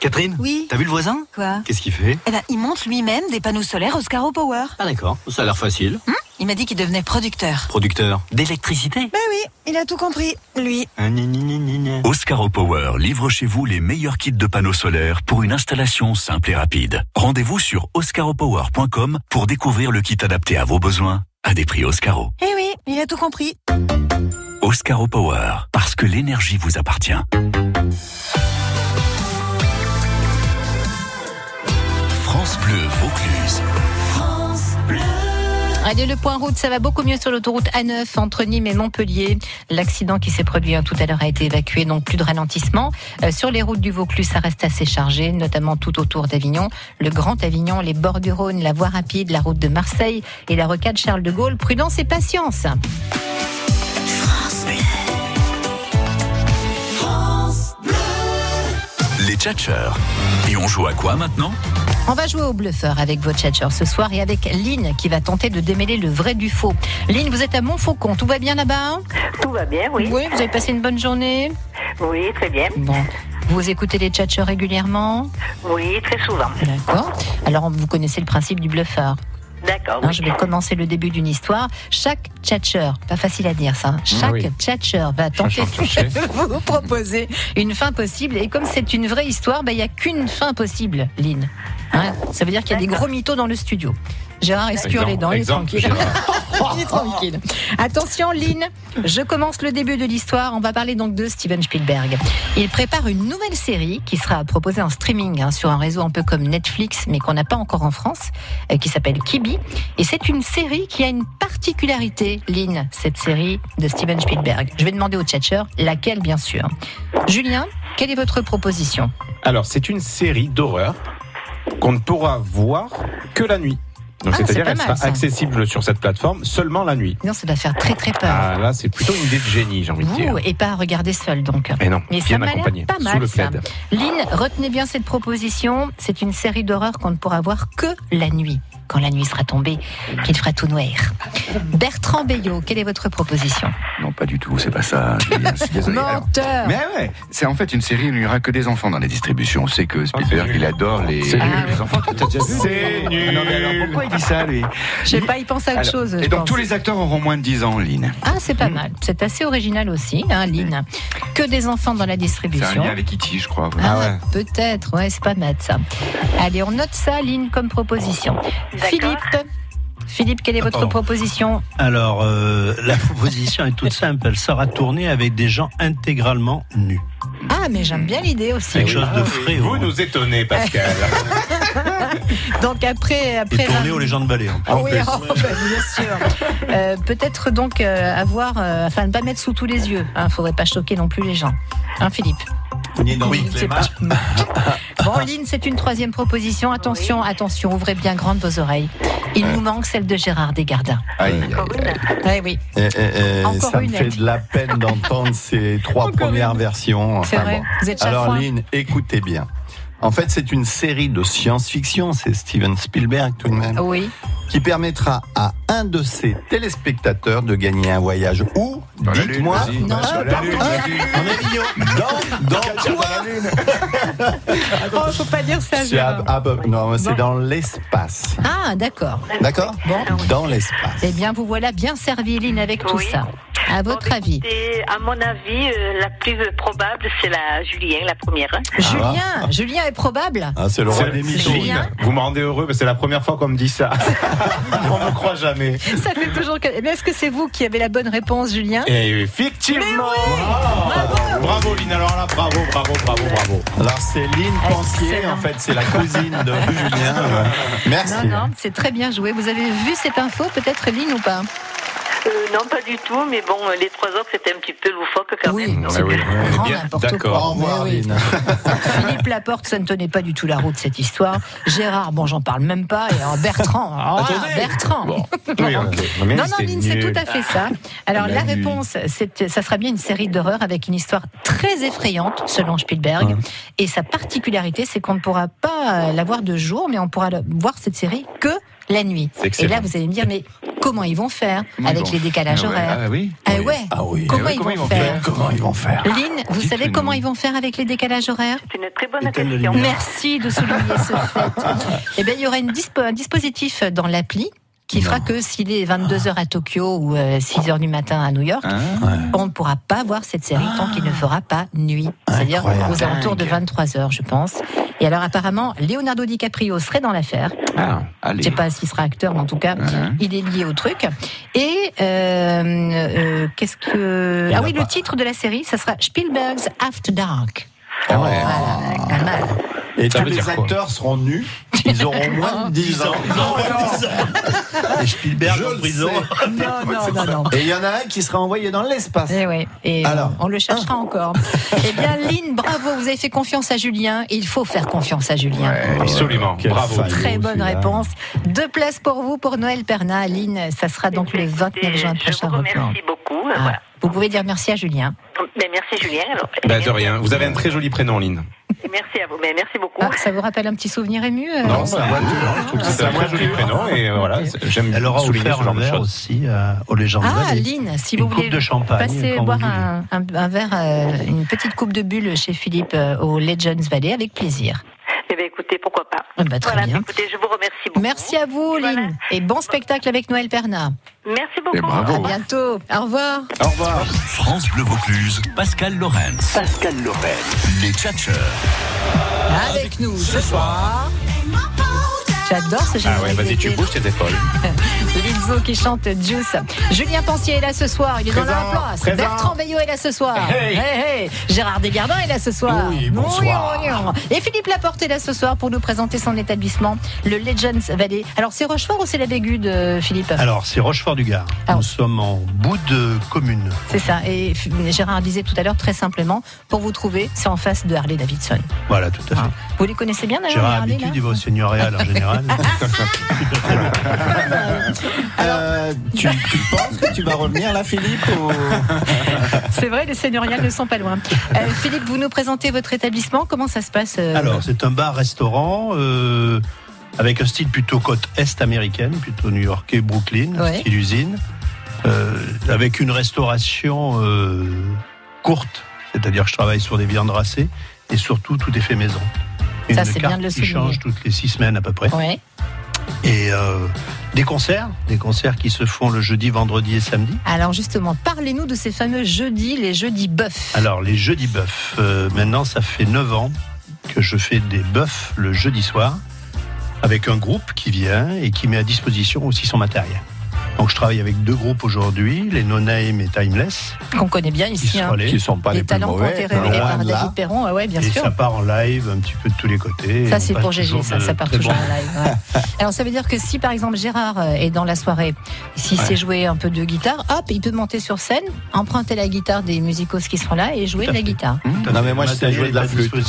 Catherine Oui. T'as vu le voisin Quoi Qu'est-ce qu'il fait Eh ben, il monte lui-même des panneaux solaires Oscaro Power. Ah d'accord, ça a l'air facile. Hum il m'a dit qu'il devenait producteur. Producteur d'électricité Ben oui, il a tout compris, lui. Oscaro Power livre chez vous les meilleurs kits de panneaux solaires pour une installation simple et rapide. Rendez-vous sur oscaropower.com pour découvrir le kit adapté à vos besoins à des prix Oscaro. Eh oui, il a tout compris. Oscaro Power, parce que l'énergie vous appartient. France Bleu Vaucluse. France Allez, le point route, ça va beaucoup mieux sur l'autoroute A9 entre Nîmes et Montpellier. L'accident qui s'est produit hein, tout à l'heure a été évacué, donc plus de ralentissement. Euh, sur les routes du Vaucluse, ça reste assez chargé, notamment tout autour d'Avignon. Le Grand Avignon, les bords du Rhône, la voie rapide, la route de Marseille et la rocade Charles de Gaulle. Prudence et patience. Les Tchatcheurs. Et on joue à quoi maintenant On va jouer au bluffeur avec vos tchatcheurs ce soir et avec Lynn qui va tenter de démêler le vrai du faux. Lynn, vous êtes à Montfaucon, tout va bien là-bas hein Tout va bien, oui. Oui, vous avez passé une bonne journée Oui, très bien. Bon. Vous écoutez les tchatcheurs régulièrement Oui, très souvent. D'accord. Alors, vous connaissez le principe du bluffeur. D'accord. Hein, je vais commencer le début d'une histoire. Chaque tchatcher, pas facile à dire ça, hein, chaque Oui. tchatcher va tenter tchatcher. de vous proposer une fin possible. Et comme c'est une vraie histoire, bah, il n'y a qu'une fin possible, Lynn. Hein, ça veut dire qu'il y a des gros mythos dans le studio. Gérard Exemple, escure les dents, il est exemple, tranquille. Gérard. il est tranquille. Attention, Lynn, je commence le début de l'histoire. On va parler donc de Steven Spielberg. Il prépare une nouvelle série qui sera proposée en streaming hein, sur un réseau un peu comme Netflix, mais qu'on n'a pas encore en France, euh, qui s'appelle Kibi. Et c'est une série qui a une particularité, Lynn, cette série de Steven Spielberg. Je vais demander au tchatcher laquelle, bien sûr. Julien, quelle est votre proposition Alors, c'est une série d'horreur qu'on ne pourra voir que la nuit. Donc, Ah, c'est c'est-à-dire, pas elle mal, sera ça. accessible sur cette plateforme seulement la nuit. Non, ça doit faire très très peur. Ah, là, c'est plutôt une idée de génie, j'ai envie de dire. Vous, et pas à regarder seul donc. Et non, Mais ça bien m'a l'air accompagné, pas sous mal le ça. plaid. Lynn, retenez bien cette proposition. C'est une série d'horreurs qu'on ne pourra voir que la nuit, quand la nuit sera tombée, qu'il fera tout noir. Bertrand Bayot, quelle est votre proposition Non, pas du tout, c'est pas ça. Je suis désolé. Alors, Menteur. mais ouais, c'est en fait une série où il n'y aura que des enfants dans les distributions. On sait que Spielberg, il adore les, C'est nul. les enfants. C'est Ah nul. non, mais alors pourquoi il dit ça, lui Je sais pas, il pense à autre Alors, chose. Euh, je Et donc pense. tous les acteurs auront moins de 10 ans, Lynn. Ah, c'est Hmm. pas mal. C'est assez original aussi, hein, Lynn. Que des enfants dans C'est la un distribution. lien avec Kitty, je crois. Ah, Peut-être, ouais, c'est pas mal ça. Allez, on note ça, Lynn, comme proposition. Philippe, Philippe, quelle est Ah, votre Pardon. proposition Alors, euh, la proposition est toute simple. Elle sera tournée avec des gens intégralement nus. Ah, mais j'aime bien l'idée aussi. Quelque chose de frais. Vous nous étonnez, Pascal. donc après, après Et tourner vingt- aux légendes ballet. en Ah oui, plus. oh, bah, bien sûr. Euh, Peut-être donc euh, avoir, euh, enfin ne pas mettre sous tous les yeux. Il faudrait pas choquer non plus les gens. Hein, Philippe. Oui, c'est pas- Bon, Lynn, c'est une troisième proposition. Attention, attention, ouvrez bien grandes vos oreilles. Il nous manque celle de Gérard Desgardins. Aïe, aïe, aïe. Oui, oui. Eh, eh, eh, Encore ça me une, fait elle. de la peine d'entendre ces trois premières versions. C'est vrai, vous êtes Alors chafouin. Lynn, écoutez bien. En fait, c'est une série de science-fiction, c'est Steven Spielberg tout de même, oui. qui permettra à un de ses téléspectateurs de gagner un voyage où, dites-moi, Non, Ah, pardon, dans, dans quoi Oh, faut pas dire ça, C'est à- Gérard. à peu- non, c'est dans l'espace. Ah, d'accord. D'accord Dans l'espace. Eh bien, vous voilà bien servi, Lynn, avec tout ça. À votre avis. Et bah, à mon avis, euh, la plus probable, c'est la Julien, la première. hein. Julien, Julien est probable. Ah, c'est le roi des mythos. Julien. Vous me rendez heureux, mais c'est la première fois qu'on me dit ça. On ne me croit jamais. Ça fait toujours. que- Eh bien, est-ce que c'est vous qui avez la bonne réponse, Julien Et effectivement bravo, bravo Lynn, alors là, bravo, bravo, bravo, bravo. Alors c'est Lynn Pensier, en fait, c'est la cousine de Julien. Merci. Non, non, c'est très bien joué. Vous avez vu cette info, peut-être Lynn ou pas Euh, non, pas du tout, mais bon, euh, les trois autres, c'était un petit peu loufoque quand même. Ah oui. Bien, D'accord. Au revoir, Lynn. Philippe Laporte, ça ne tenait pas du tout la route cette histoire. Gérard, bon, j'en parle même pas. Et alors Bertrand, alors là, Attendez. Bertrand. Oui, ok. Mais non, non, c'était Lynn, c'est nul. tout à fait ça. Alors la Mais nul. réponse, c'est, ça sera bien une série d'horreur avec une histoire très effrayante, selon Spielberg. Et sa particularité, c'est qu'on ne pourra pas euh, la voir de jour, mais on pourra la- voir cette série que la nuit. C'est Et excellent. là, vous allez me dire, mais comment ils vont faire Comment ils avec vont les décalages faire Ah ouais, horaires ah oui. Ah ouais. Comment, Ah ouais, ils, vont faire Comment ils vont faire Lynn, vous savez comment ils vont faire avec les décalages horaires C'est une très bonne Éteindre les question. lumières. Merci de souligner ce fait. Eh bien, il y aura une dispo- un dispositif dans l'appli qui fera que s'il est 22h à Tokyo ou 6h du matin à New York, Hein on ne pourra pas voir cette série tant qu'il ne fera pas nuit. C'est-à-dire Incroyable. aux alentours de 23h, je pense. Et alors, apparemment, Leonardo DiCaprio serait dans l'affaire. Ah. Je sais pas s'il sera acteur, mais en tout cas, il est lié au truc. Et euh, euh, qu'est-ce que Il Ah a oui, le pas- titre de la série, ça sera Spielberg's After Dark. Ah ouais. Pas mal. Et Ça tous veut les dire quoi acteurs seront nus, ils auront moins de 10 ans. Et Spielberg en prison. Ah Non, non, non, non. Et il y en a un qui sera envoyé dans l'espace. Eh ouais, et Alors. Ah. on le cherchera encore. Eh bien, Lynn, bravo, vous avez fait confiance à Julien. Il faut faire confiance à Julien. Absolument, Quel bravo. faillot, Très bonne celui-là. réponse. Deux places pour vous, pour Noël Perna. Lynn, ça sera donc le 29 juin prochain. Ah. Merci beaucoup. euh, voilà. Vous pouvez dire merci à Julien. Mais merci Julien. Alors. Bah, de rien, vous avez un très joli prénom Lynn. Et Merci à vous. Mais merci beaucoup. Ah, ça vous rappelle un petit souvenir ému euh, Non, c'est un bon prénom, je trouve que c'est un très joli prénom et euh, voilà, c'est- j'aime Elle aura souligner offert ce genre un de verre choses. aussi euh, aux légendes Ah, ballet. Lynn, si Une vous coupe voulez de champagne, passer quand vous boire voulez. un, un- un verre, euh, une petite coupe de bulle chez Philippe euh, au Legends Valley, avec plaisir. Eh bien, écoutez, pourquoi pas. Eh ben, très voilà, bien. écoutez, je vous remercie beaucoup. Merci à vous, Lynn, et bon spectacle avec Noël Perna. Merci beaucoup. Eh, Et bravo. À bientôt. Au revoir. Au revoir. France Bleu Vaucluse, Pascal Lorenz. Pascal Lorenz. Les Tchatcheurs. Avec nous ce soir. J'adore ce générique. Ah ouais, vas-y, tu bouges, t'étais folle. Lizzo qui chante Juice. Julien Pensier est là ce soir, il est dans la Présent, place. présent. Bertrand Veillot est là ce soir. Hey. Hey, hey. Gérard Desgardins est là ce soir. Oui, bonsoir. Oui, oui, oui. Et Philippe Laporte est là ce soir pour nous présenter son établissement, le Legends Valley. Alors c'est Rochefort ou c'est la Bégude, euh, Philippe Ah Alors, c'est Rochefort-du-Gard. Nous sommes en bout de commune. C'est ça. Et F- Gérard disait tout à l'heure très simplement, pour vous trouver, c'est en face de Harley Davidson. Ah. Voilà, tout à fait. Vous les connaissez bien d'ailleurs, Gérard a les Harley là l'habitude, il va au seigneurial en général. Euh, tu, tu penses que tu vas revenir là, Philippe ou- C'est vrai, les seigneuriales ne sont pas loin. Euh, Philippe, vous nous présentez votre établissement. Comment ça se passe euh, Alors, c'est un bar-restaurant euh, avec un style plutôt côte est américaine, plutôt new-yorkais, Brooklyn, Ouais. style usine, euh, avec une restauration euh, courte, c'est-à-dire que je travaille sur des viandes racées et surtout tout est fait maison. Une Ça, c'est bien carte de le qui souligner. change toutes les six semaines à peu près. Ouais. Et euh, des concerts, des concerts qui se font le jeudi, vendredi et samedi. Alors justement, parlez-nous de ces fameux jeudis, les jeudis bœufs. Alors, les jeudis bœufs, euh, maintenant, ça fait 9 ans que je fais des bœufs le jeudi soir avec un groupe qui vient et qui met à disposition aussi son matériel. Donc je travaille avec deux groupes aujourd'hui, les No Name et Timeless. Qu'on connaît bien ici. Qui hein. sont les- qui sont pas les les plus talents qui ont mauvais, été loin révélés par de là. David Perron. Ah ouais, bien et sûr. ça part en live un petit peu de tous les côtés. Ça, On c'est passe pour GG, toujours ça, de ça part très toujours bons- en live. ouais. Alors, ça veut dire que si, par exemple, Gérard euh, est dans la soirée, s'il Ouais. sait jouer un peu de guitare, hop, il peut monter sur scène, emprunter la guitare des musicos qui seront là et jouer de la guitare. Non, mais moi, je sais jouer de la flûte. Mmh.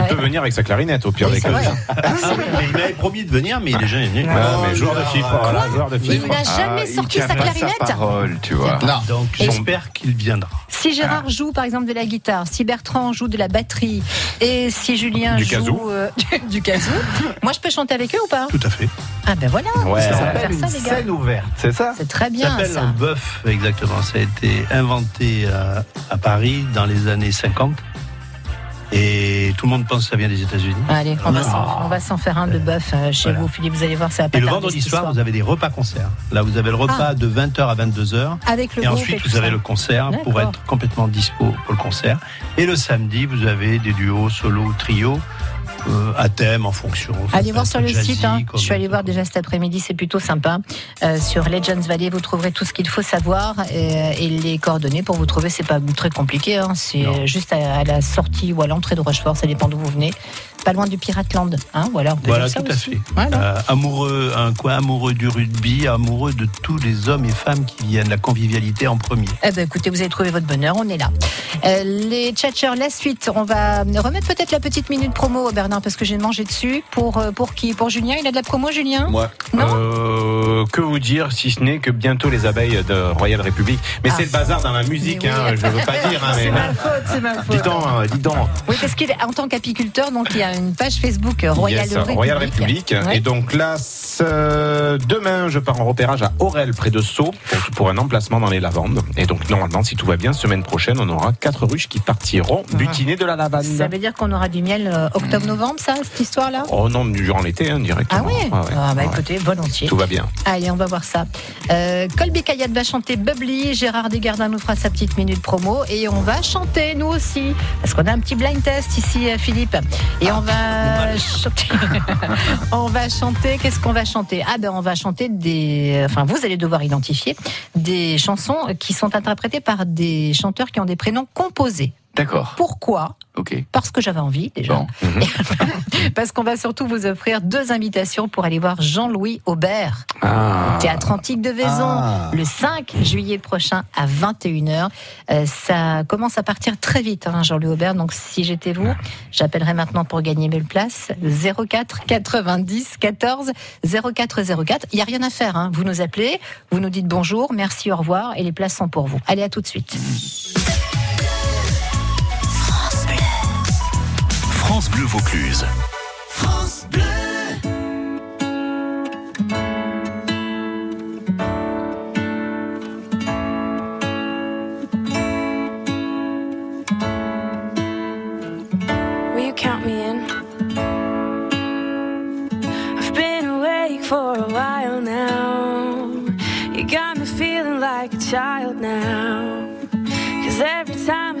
Il peut venir avec sa clarinette, au pire des cas. Mais il m'avait promis de venir, mais il est jamais venu. Ah, mais joueur de chiffres, voilà, joueur de Il chiffres. n'a jamais Ah, il sorti tient sa pas sa clarinette. parole, tu vois. Donc Et- j'espère qu'il viendra. Si Ah. Gérard joue par exemple de la guitare, si Bertrand joue de la batterie et si Julien Du kazoo. joue euh, du kazoo, moi je peux chanter avec eux ou pas Tout à fait. Ah ben voilà, Ouais. on Ça va s'appelle faire ça une les gars. scène ouverte. C'est ça C'est très Ça bien s'appelle un ça. bœuf, exactement. Ça a été inventé à, à Paris dans les années 50. Et tout le monde pense que ça vient des États-Unis. Allez, on va Non. s'en- on va s'en faire un de bœuf euh, chez vous Philippe, vous allez voir ça va pas Ah. Et le tarder vendredi ce soir, vous avez des repas-concerts. Là, vous avez le repas Ah. de 20h à 22h. Avec le et groupe ensuite, et tout vous avez ça. le concert pour D'accord. être complètement dispo pour le concert. Et le samedi, vous avez des duos, solos, trios, euh, à thème, en fonction. Allez voir sur le Jazzy, site, hein. comme- je suis allée voir déjà cet après-midi, c'est plutôt sympa. Euh, sur Legends Valley, vous trouverez tout ce qu'il faut savoir euh, et, et les coordonnées pour vous trouver, c'est pas très compliqué, hein. c'est juste à, à la sortie ou à l'entrée de Rochefort, ça dépend d'où vous venez. Pas loin du Piratland, hein, voilà, on peut Voilà, dire ça tout à aussi. fait. Voilà. Euh, amoureux, un quoi, amoureux du rugby, amoureux de tous les hommes et femmes qui viennent, la convivialité en premier. Eh ben écoutez, vous avez trouvé votre bonheur, on est là. Euh, les tchatchers, la suite, on va remettre peut-être la petite minute promo, Bernard, parce que j'ai mangé dessus. Pour, euh, pour qui Pour Julien Il a de la promo, Julien Moi. Euh, que vous dire si ce n'est que bientôt les abeilles de Royal République. Mais c'est le bazar dans la musique, hein, je veux pas dire. Hein, Ah. C'est mais ma faute, c'est ma faute. Dis donc, hein, dis donc. Oui, parce qu'il est en tant qu'apiculteur, donc il y a une page Facebook euh, Royal, Yes, République. Royal République. Ouais. Et donc là, ce- demain, je pars en repérage à Orel, près de Sceaux, pour, pour un emplacement dans les lavandes. Et donc, normalement, si tout va bien, semaine prochaine, on aura quatre ruches qui partiront butiner de la Ah. Ça lavande. veut dire qu'on aura du miel euh, octobre-novembre, ça, cette histoire-là Oh non, durant l'été, hein, Ah directement. ouais, Ouais, ouais. Ah bah Ouais. écoutez, volontiers. Tout va bien. Allez, on va voir ça. Euh, Colby Kayat va chanter Bubbly, Gérard Desgardins nous fera sa petite minute promo et on va chanter nous aussi parce qu'on a un petit blind test ici euh, Philippe et on va chanter on va chanter qu'est-ce qu'on va chanter Ah ben on va chanter des enfin vous allez devoir identifier des chansons qui sont interprétées par des chanteurs qui ont des prénoms composés. D'accord. Pourquoi Ok. parce que j'avais envie déjà. Bon. parce qu'on va surtout vous offrir deux invitations pour aller voir Jean-Louis Aubert Ah. au Théâtre Antique de Vaison Ah. le 5 juillet prochain à 21h. Euh, ça commence à partir très vite, hein, Jean-Louis Aubert. Donc si j'étais vous, j'appellerais maintenant pour gagner mes places 04 90 14 04 04. Il n'y a rien à faire. hein. Vous nous appelez, vous nous dites bonjour, merci, au revoir et les places sont pour vous. Allez, à tout de suite. France Bleu Vaucluse. France Bleu. Will you count me in? I've been awake for a while now. You got me feeling like a child now. Cause every time I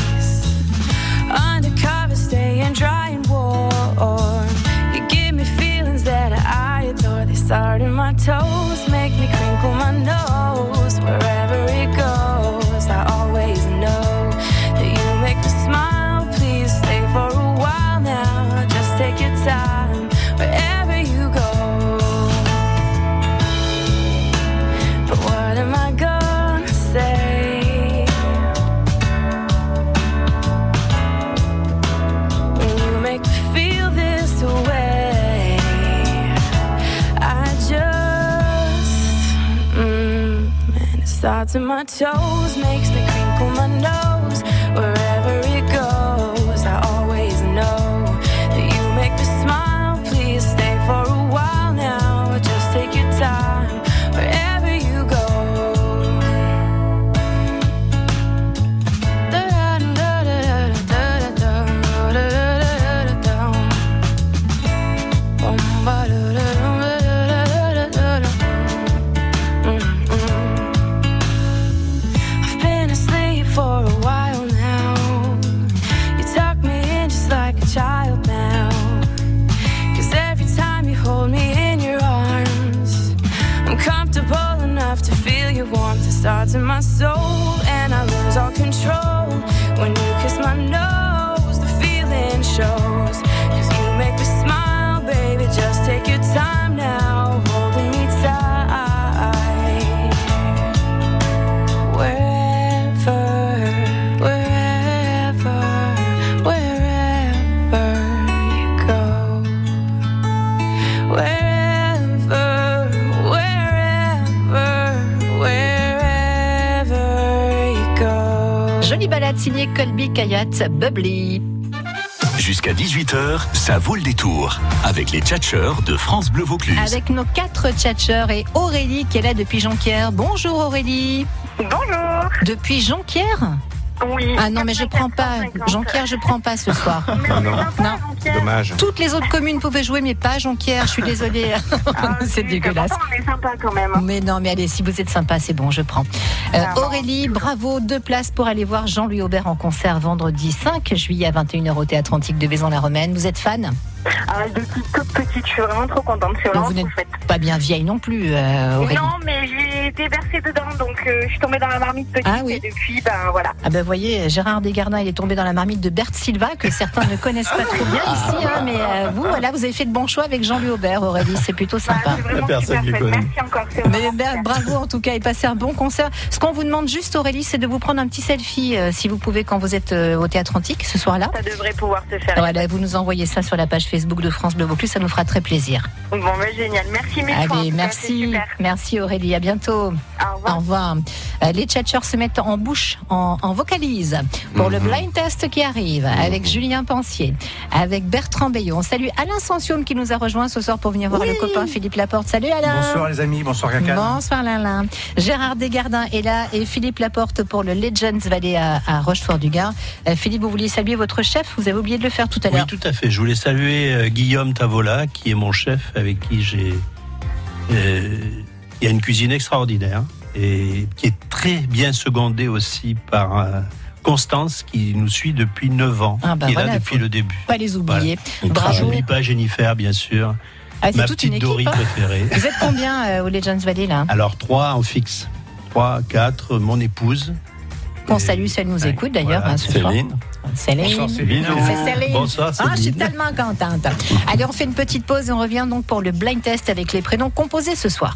Undercover, staying dry and warm. You give me feelings that I adore. They start in my toes, make me crinkle my nose. Wherever it goes, I always know that you make me smile. Please stay for a while now. Just take your time wherever you go. But what am I gonna say? When you make me feel this way, I just. Mm, and it starts in my toes, makes me crinkle my nose. Wherever it goes, I always know that you make me smile. Please stay for a while now, just take your time wherever you go. in my soul, and I lose all control. When you kiss my nose, the feeling shows. Cause you make me smile, baby. Just take your time now, holding me tight. Wherever, wherever, wherever you go. Wherever, wherever, wherever you go. Jolie balade signée Colby Kayat, Bubbly. Jusqu'à 18h, ça vaut le détour. Avec les tchatcheurs de France Bleu Vaucluse. Avec nos quatre tchatcheurs et Aurélie qui est là depuis Jonquière. Bonjour Aurélie. Bonjour. Depuis Jonquière Oui. Ah non, mais je prends pas. Jonquière, je prends pas ce soir. non, Non. dommage. Toutes les autres communes pouvaient jouer, mais pas Jonquière. Je suis désolée. Ah, c'est dégueulasse. On est sympa quand même. Mais non, mais allez, si vous êtes sympa, c'est bon, je prends. Euh, Ah Aurélie, bravo, deux places pour aller voir Jean-Louis Aubert en concert vendredi 5 juillet à 21h au Théâtre Antique de Vaison-la-Romaine. Vous êtes fan Ah, depuis toute petite, je suis vraiment trop contente. C'est Non, vraiment Vous n'êtes trop chouette. pas bien vieille non plus, euh, Aurélie. Non, mais j'ai été versée dedans, donc euh, je suis tombée dans la marmite petite. Et depuis, ben voilà. Ah ben voyez, Gérard Desgardins, il est tombé dans la marmite de Berthe Silva, que certains ne connaissent pas trop bien ici, Ah. hein, mais euh, vous, voilà, vous avez fait le bon choix avec Jean-Louis Aubert, Aurélie, c'est plutôt Bah, sympa. La personne qui connaît. Mais ben, bravo en tout cas et passez un bon concert. Ce qu'on vous demande juste, Aurélie, c'est de vous prendre un petit selfie, euh, si vous pouvez, quand vous êtes euh, au Théâtre Antique ce soir-là. Ça devrait pouvoir se faire. Voilà, vous nous envoyez ça sur la page Facebook de France Bleu Vaucluse, ça nous fera très plaisir. Bon, ben génial. Merci mille fois, en tout Allez, cas, Ah, c'est merci, super. merci Aurélie, à bientôt. Au revoir. Euh, Les tchatcheurs se mettent en bouche, en, en vocalise pour Mhm. le blind test qui arrive avec Julien Pensier, avec Bertrand Bayon. On salue Alain Sensium qui nous a rejoint ce soir pour venir voir le copain Philippe Laporte. Salut Alain. Bonsoir les amis, bonsoir Kakan. Bonsoir Lala. Gérard Desgardins est là et Philippe Laporte pour le Legends Valley à, à Rochefort-du-Gard. Euh, Philippe, vous vouliez saluer votre chef, vous avez oublié de le faire tout à Oui, l'heure. tout à fait. Je voulais saluer euh, Guillaume Tavola, qui est mon chef, avec qui j'ai. euh, il y a une cuisine extraordinaire et qui est très bien secondée aussi par euh, Constance, qui nous suit depuis 9 ans, Ah, bah qui est voilà, là depuis faut le début. Pas les oublier. Voilà. Je Bravo. n'oublie pas Jennifer, bien sûr. Ah, c'est ma toute petite une équipe, Dory hein. préférée. Ah, Vous êtes combien euh, au Legends Valley là Alors, 3 en fixe. 3, 4, mon épouse. Qu'on salue, si elle nous écoute d'ailleurs Voilà, hein, ce soir. Céline. Bonsoir, Céline. C'est Céline. Bonsoir, Ah, je suis Céline. tellement contente. Allez, on fait une petite pause et on revient donc pour le blind test avec les prénoms composés ce soir.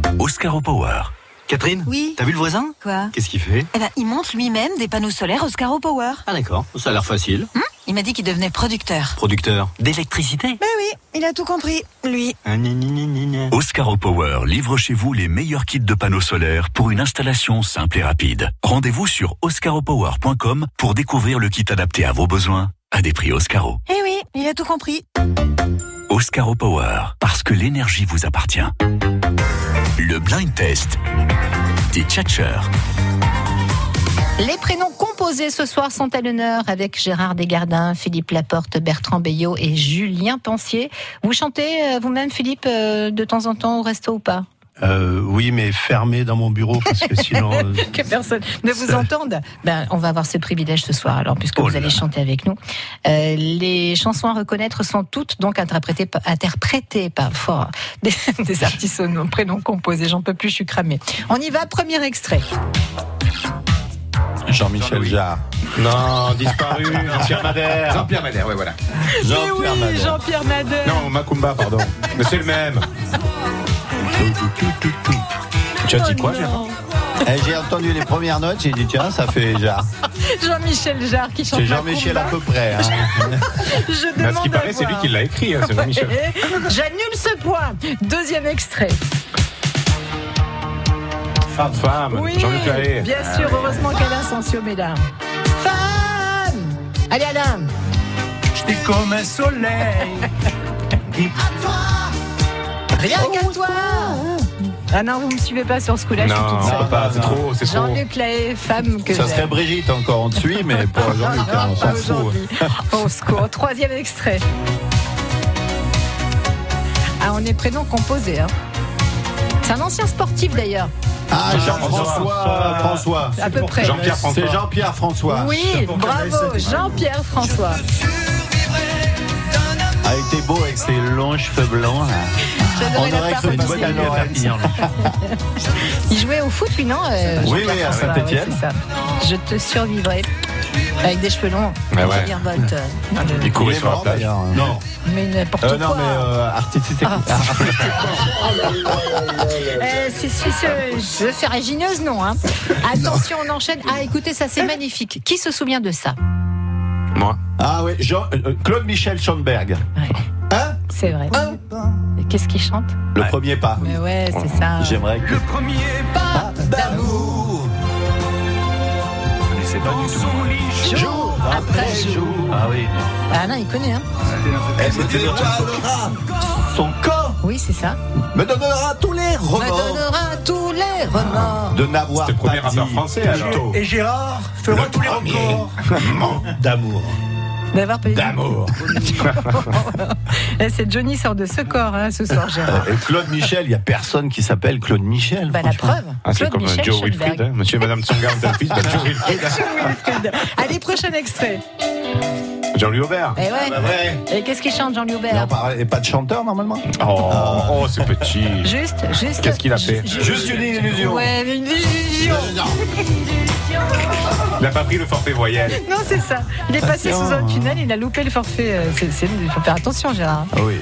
Oscar au Power. Catherine Oui. T'as vu le voisin Quoi Qu'est-ce qu'il fait Eh ben, il monte lui-même des panneaux solaires Oscaro Power. Hum, Ah d'accord, ça a l'air facile. Il m'a dit qu'il devenait producteur. Producteur d'électricité. Ben oui, il a tout compris, lui. Ah, Oscaro Power livre chez vous les meilleurs kits de panneaux solaires pour une installation simple et rapide. Rendez-vous sur oscaropower.com pour découvrir le kit adapté à vos besoins à des prix Oscaro. Eh oui, il a tout compris. Oscaro Power, parce que l'énergie vous appartient. Le blind test des tchatcheurs. Les prénoms composés ce soir sont à l'honneur avec Gérard Desgardins, Philippe Laporte, Bertrand Bayot et Julien Pensier. Vous chantez euh, vous-même, Philippe, euh, de temps en temps au resto ou pas Euh, oui, mais fermé dans mon bureau parce que sinon. euh, Que personne ne vous ça- entende. Ben, on va avoir ce privilège ce soir, alors, puisque Oh vous là allez là. chanter avec nous. Euh, les chansons à reconnaître sont toutes donc interprétées, par- interprétées par fort, des, des artistes aux noms- prénoms composés. J'en peux plus, je suis cramée. On y va, premier extrait. Jean-Michel Jarre. Non, disparu, hein. Jean-Pierre Madère. Jean-Pierre Madère, ouais, voilà. Jean-Pierre Madère. Eh Jean-Pierre Madère. Non, Macumba, pardon. Mais c'est le même. Tu as dit Oh, quoi, Gérard J'ai entendu les premières notes, j'ai dit tiens, ça fait Jarre. Jean-Michel Jarre qui chante. C'est Jean-Michel à Macumba. peu près. hein. Je Mais à ce qui demande paraît, à c'est lui voir. qui l'a écrit, hein, c'est Jean-Michel. Ouais. J'annule ce point. Deuxième extrait. Femme, femme. Oui, Jean-Luc Lahaye. bien Ah sûr, heureusement qu'Alain Sensio est là. Femme Allez Alain J'étais comme un soleil. Oh, Rien qu'à toi Ah non, vous me suivez pas sur ce coup-là, je suis Non, toute seule. on peut pas, c'est trop, c'est trop. Jean-Luc Lahaye, femme que Ça serait j'aime. Brigitte encore, on te suit, mais pour Jean-Luc, hein, on s'en Pas fout. aujourd'hui. Au secours. Troisième extrait. Ah, on est prénom composé. hein. C'est un ancien sportif d'ailleurs. Ah, Jean-François, François. À peu près. Jean-Pierre François. C'est Jean-Pierre François. Oui, bravo, Jean-Pierre François. Ah, il était beau avec ses longs cheveux blancs, là. On J'adorais aurait la cru une boîte à partie. Lorraine. Il jouait au foot, lui, non euh, Oui, Jean-Pierre oui, à François, Saint-Étienne. ouais, c'est ça. Je te survivrai. Avec des cheveux longs. Ouais, Bah ouais. des guirbottes, euh, dans le- Il courait sur la plage. Non. Mais n'importe Euh, quoi. non, mais euh, artistique. Ah. Euh, c'est- c'est- c'est- je fais régineuse, non. hein. Attention, on enchaîne. Ah, écoutez, ça, c'est magnifique. Qui se souvient de ça Moi. Ah oui, Jean- euh, Claude Michel Schoenberg. C'est vrai. Et Qu'est-ce qu'il chante Le premier pas. Hein Mais ouais, c'est Ah. ça. J'aimerais que. Premier pas d'amour. connaissais Ah, pas du tout. Jour après jour. Ah oui. Ah non, il connaît, hein. Elle me dévoilera son corps. Oui, c'est ça. Me donnera tous les Me remords. donnera tous les remords. De n'avoir pas C'était le premier rappeur dit français, alors. plutôt. Et Gérard fera tous les records. D'amour. D'avoir payé. D'amour. Eh, C'est Johnny sort de ce corps hein, ce soir, Gérard. Euh, Claude Michel, il n'y a personne qui s'appelle Claude Michel. Bah, la preuve. Ah, c'est Claude comme, euh, Michel Joe Schoenberg. Wilfried, hein. Monsieur et Madame Tsonga ont un fils, bah, Joe Wilfried. Allez, prochain extrait. Jean-Louis Aubert. Eh ouais. Ah, bah ouais. Et qu'est-ce qu'il chante, Jean-Louis Non, Aubert pas- et pas de chanteur normalement Oh, oh, c'est petit. Juste, juste. Qu'est-ce qu'il a fait Juste une illusion. Ouais, une illusion. Il n'a pas pris le forfait voyelle. Non, c'est ça. Il est passé Attention. sous un tunnel, il a loupé le forfait. Euh, c'est- c'est- Il faut faire attention, Gérard. Ah oui.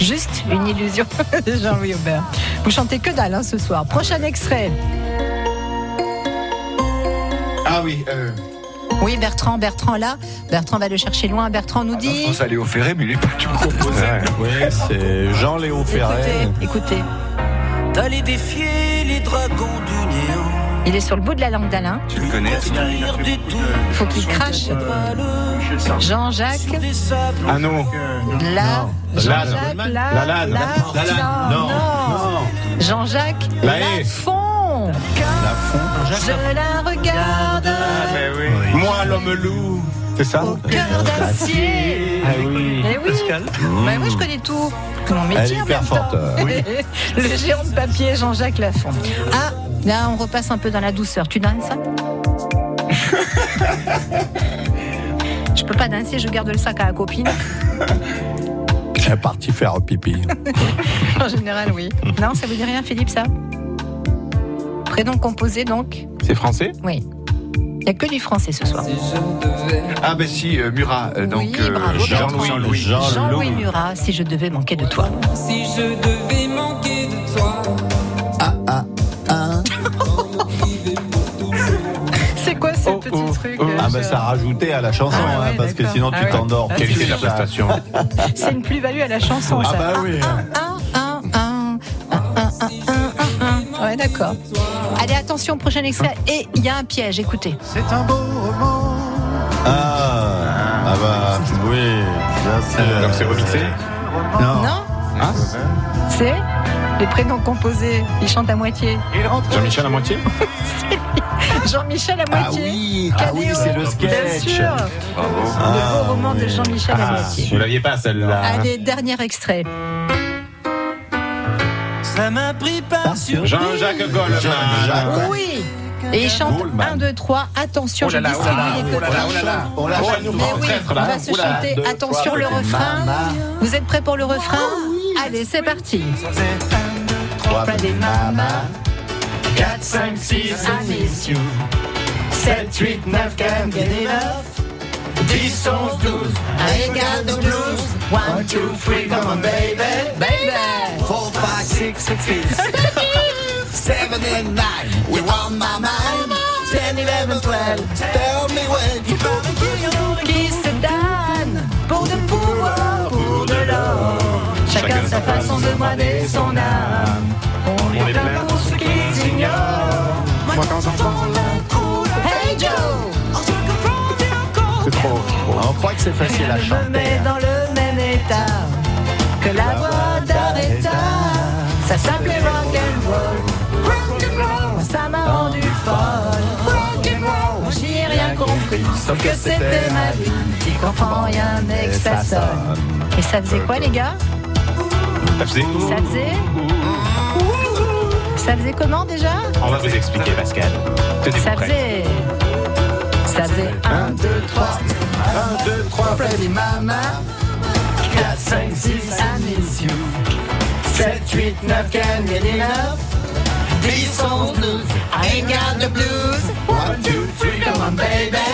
Juste une illusion de Jean-Louis Aubert. Vous chantez que dalle hein, ce soir. Prochain extrait. Ah oui. euh, Oui, Bertrand, Bertrand là. Bertrand va le chercher loin. Bertrand nous dit. On Ah, s'est allé au ferré, mais il n'est pas du tout composé. Oui, c'est Jean-Léo Ferret. Écoutez, écoutez. D'aller défier les dragons du néant. Il est sur le bout de la langue d'Alain. Tu le connais Il faut qu'il crache. Jean-Jacques. Ah non. Là. Non. Jean-Jacques. Lade. Là. La lade. là, La lade. Non. Oh. non. Jean-Jacques. La haie. Lafond. Je la regarde. Moi, l'homme loup. C'est ça Oh. Cœur d'acier. Ah oui. Eh oui. Bah oui, je connais tout. Mon Elle est métier en hyper même temps. forte. euh, oui. Le géant de papier, Jean-Jacques Lafont. Ah, là, on repasse un peu dans la douceur. Tu danses ça Je peux pas danser, je garde le sac à la copine. Elle est partie faire pipi. En général, oui. Non, ça vous dit rien, Philippe, ça Prénom composé, donc C'est français Oui. Il n'y a que du français ce soir. Ah ben si, euh, Murat. euh, donc euh, bravo, Jean-Louis. Bertrand. Jean-Louis Murat, si je devais manquer de toi. Si je devais manquer de toi. C'est quoi ce petit truc euh, Ah ben je- ça rajoutait à la chanson, Ah hein, ouais, parce que d'accord. sinon Ah tu ouais. t'endors. Ah, Quelle c'est était la prestation C'est une plus-value à la chanson, Ah ça. bah oui. Un, un, un, un, un, un, un, un. Ouais, d'accord. Allez, attention, prochain extrait. Et il y a un piège, écoutez. C'est un beau roman. Ah, ah bah oui, bien sûr. Donc c'est remixé Non. Non Ah, Hein C'est les prénoms composés. Ils chantent à moitié. Jean-Michel à moitié Jean-Michel à Ah moitié. oui, ah oui, Caléo, c'est le Bien sketch. sûr. Bravo. Le beau roman de Jean-Michel à Ah, moitié. vous l'aviez pas celle-là. Allez, dernier extrait. Ça m'a pris par surprise. Jean-Jacques Goldman. Jean-Jacques. Oui Et ils chantent Goldman. 1, 2, 3, attention, Oh je là là, oh là là, distribue les oh là là, oh là coquilles. là. On lâche Oh, un elle nous nouveau Mais oui, traître, on là. va se Oula, chanter. deux, Attention trois, le peut-être. refrain. Maman, Vous êtes prêts pour le refrain Allez, c'est parti. trois, Pas des Ah, mamas, 4, 5, 6, I miss you. 7, 8, 9, 10, 11, 12. I got the blues. One, two, three, come on, baby. Baby 4, 5, 6, 7 and 9. We want my mind. 10, 11, 12. Tell me when you gonna Qui se donne pour de pouvoir, pour de l'or. Chacun sa façon de brader son âme. On est plein pour ceux qui ignorent. Moi quand j'entends. Hey Joe C'est trop. On croit que c'est facile à Je me chanter. mets dans le même état que la voix d'Aretha. Ça s'appelait rock and Ça m'a rendu folle. Moi, J'y ai rien compris, sauf que c'était ma vie. J'y comprends rien dès que ça sonne. Et ça faisait quoi, les gars Ça faisait Ça faisait Ça faisait comment déjà On va vous expliquer, Pascal. Tenez-vous Ça prêts. faisait. Ça faisait 1, 2, 3. 1, 2, 3, baby mama. 4, 5, 6, I miss you. 7, 8, 9, can get enough. 10, 11, 12, I ain't got the blues. 1, 2, 3, come on baby.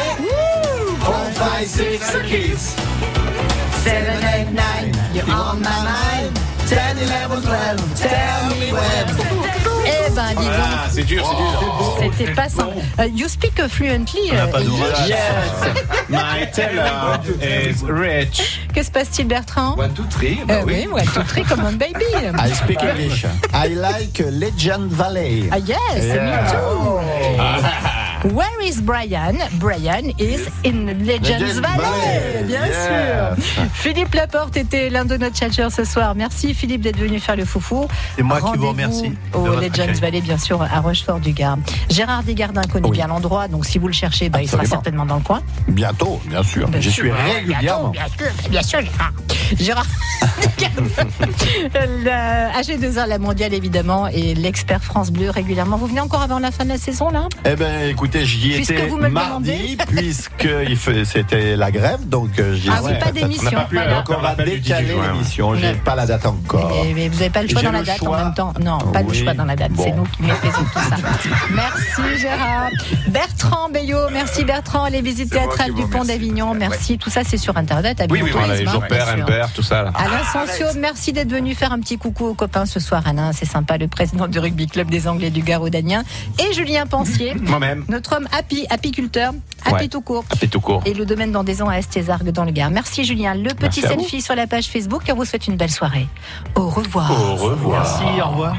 4, 5, 6, a kiss. 7, 8, 9, you're on my mind. 10, 11, 12, tell me when. Eh ben, dis donc. Ah, c'est dur, c'est dur. C'était pas simple. Euh, you speak fluently. On n'a pas euh, d'orage. English. My teller is euh, rich. Que se passe-t-il, Bertrand One, two, three. bah Euh, oui, one, two, three, come on, baby. I speak English. I like Legend Valley. Ah, yes, me too. Where is Brian? Brian is in Legends Legends Valley, Valley, bien yes. sûr. Philippe Laporte était l'un de nos chatchers ce soir. Merci Philippe d'être venu faire le foufou. C'est moi qui vous Rendez-vous remercie de Au votre Legends accueil. Valley, bien sûr, à Rochefort-du-Gard. Gérard Desgardins connaît bien l'endroit, donc si vous le cherchez, bah, il sera Absolument. certainement dans le coin. Bientôt, bien sûr. Bien J'y sûr, suis hein, régulièrement. Bien sûr, bien sûr, Gérard. Gérard. Euh, la AG2R, la mondiale évidemment, et l'expert France Bleu régulièrement. Vous venez encore avant la fin de la saison là Eh ben, écoutez, j'y Puisque étais vous me le mardi, puisque il fait- c'était la grève, donc euh, j'y Ah oui, pas d'émission, On n'a pas pu, voilà. Donc on on va rappelle du 18 euh, décaler juin, ouais. l'émission. J'ai Ouais. pas la date encore. Mais, mais vous n'avez pas le choix J'ai dans la le date choix. en même temps. Non, pas le Oui. choix dans la date. C'est Bon. nous qui maîtrisons tout ça. Merci Gérard. Bertrand Bayot, merci Bertrand. Les visites C'est moi théâtrales qui du vous Pont remercie. d'Avignon, merci. Tout ça, c'est sur Internet. à Oui, oui, Biotourisme, voilà, les hein, jours bien pairs, sûr. impairs, tout ça. Là. Alain Sancio, merci d'être venu faire un petit coucou aux copains ce soir, Alain. C'est sympa, le président du rugby club des Anglais du Garodanien. Et Julien Pensier. Moi-même. Notre homme happy, apiculteur, happy Ouais. tout court. Happy tout court. Et le domaine d'Andaison à Estézargues dans le Gard. Merci Julien. Le petit Merci à selfie sur la page Facebook. On vous souhaite une belle soirée. Au revoir. Au revoir. 啊 au revoir.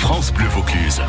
France Bleu Vaucluse.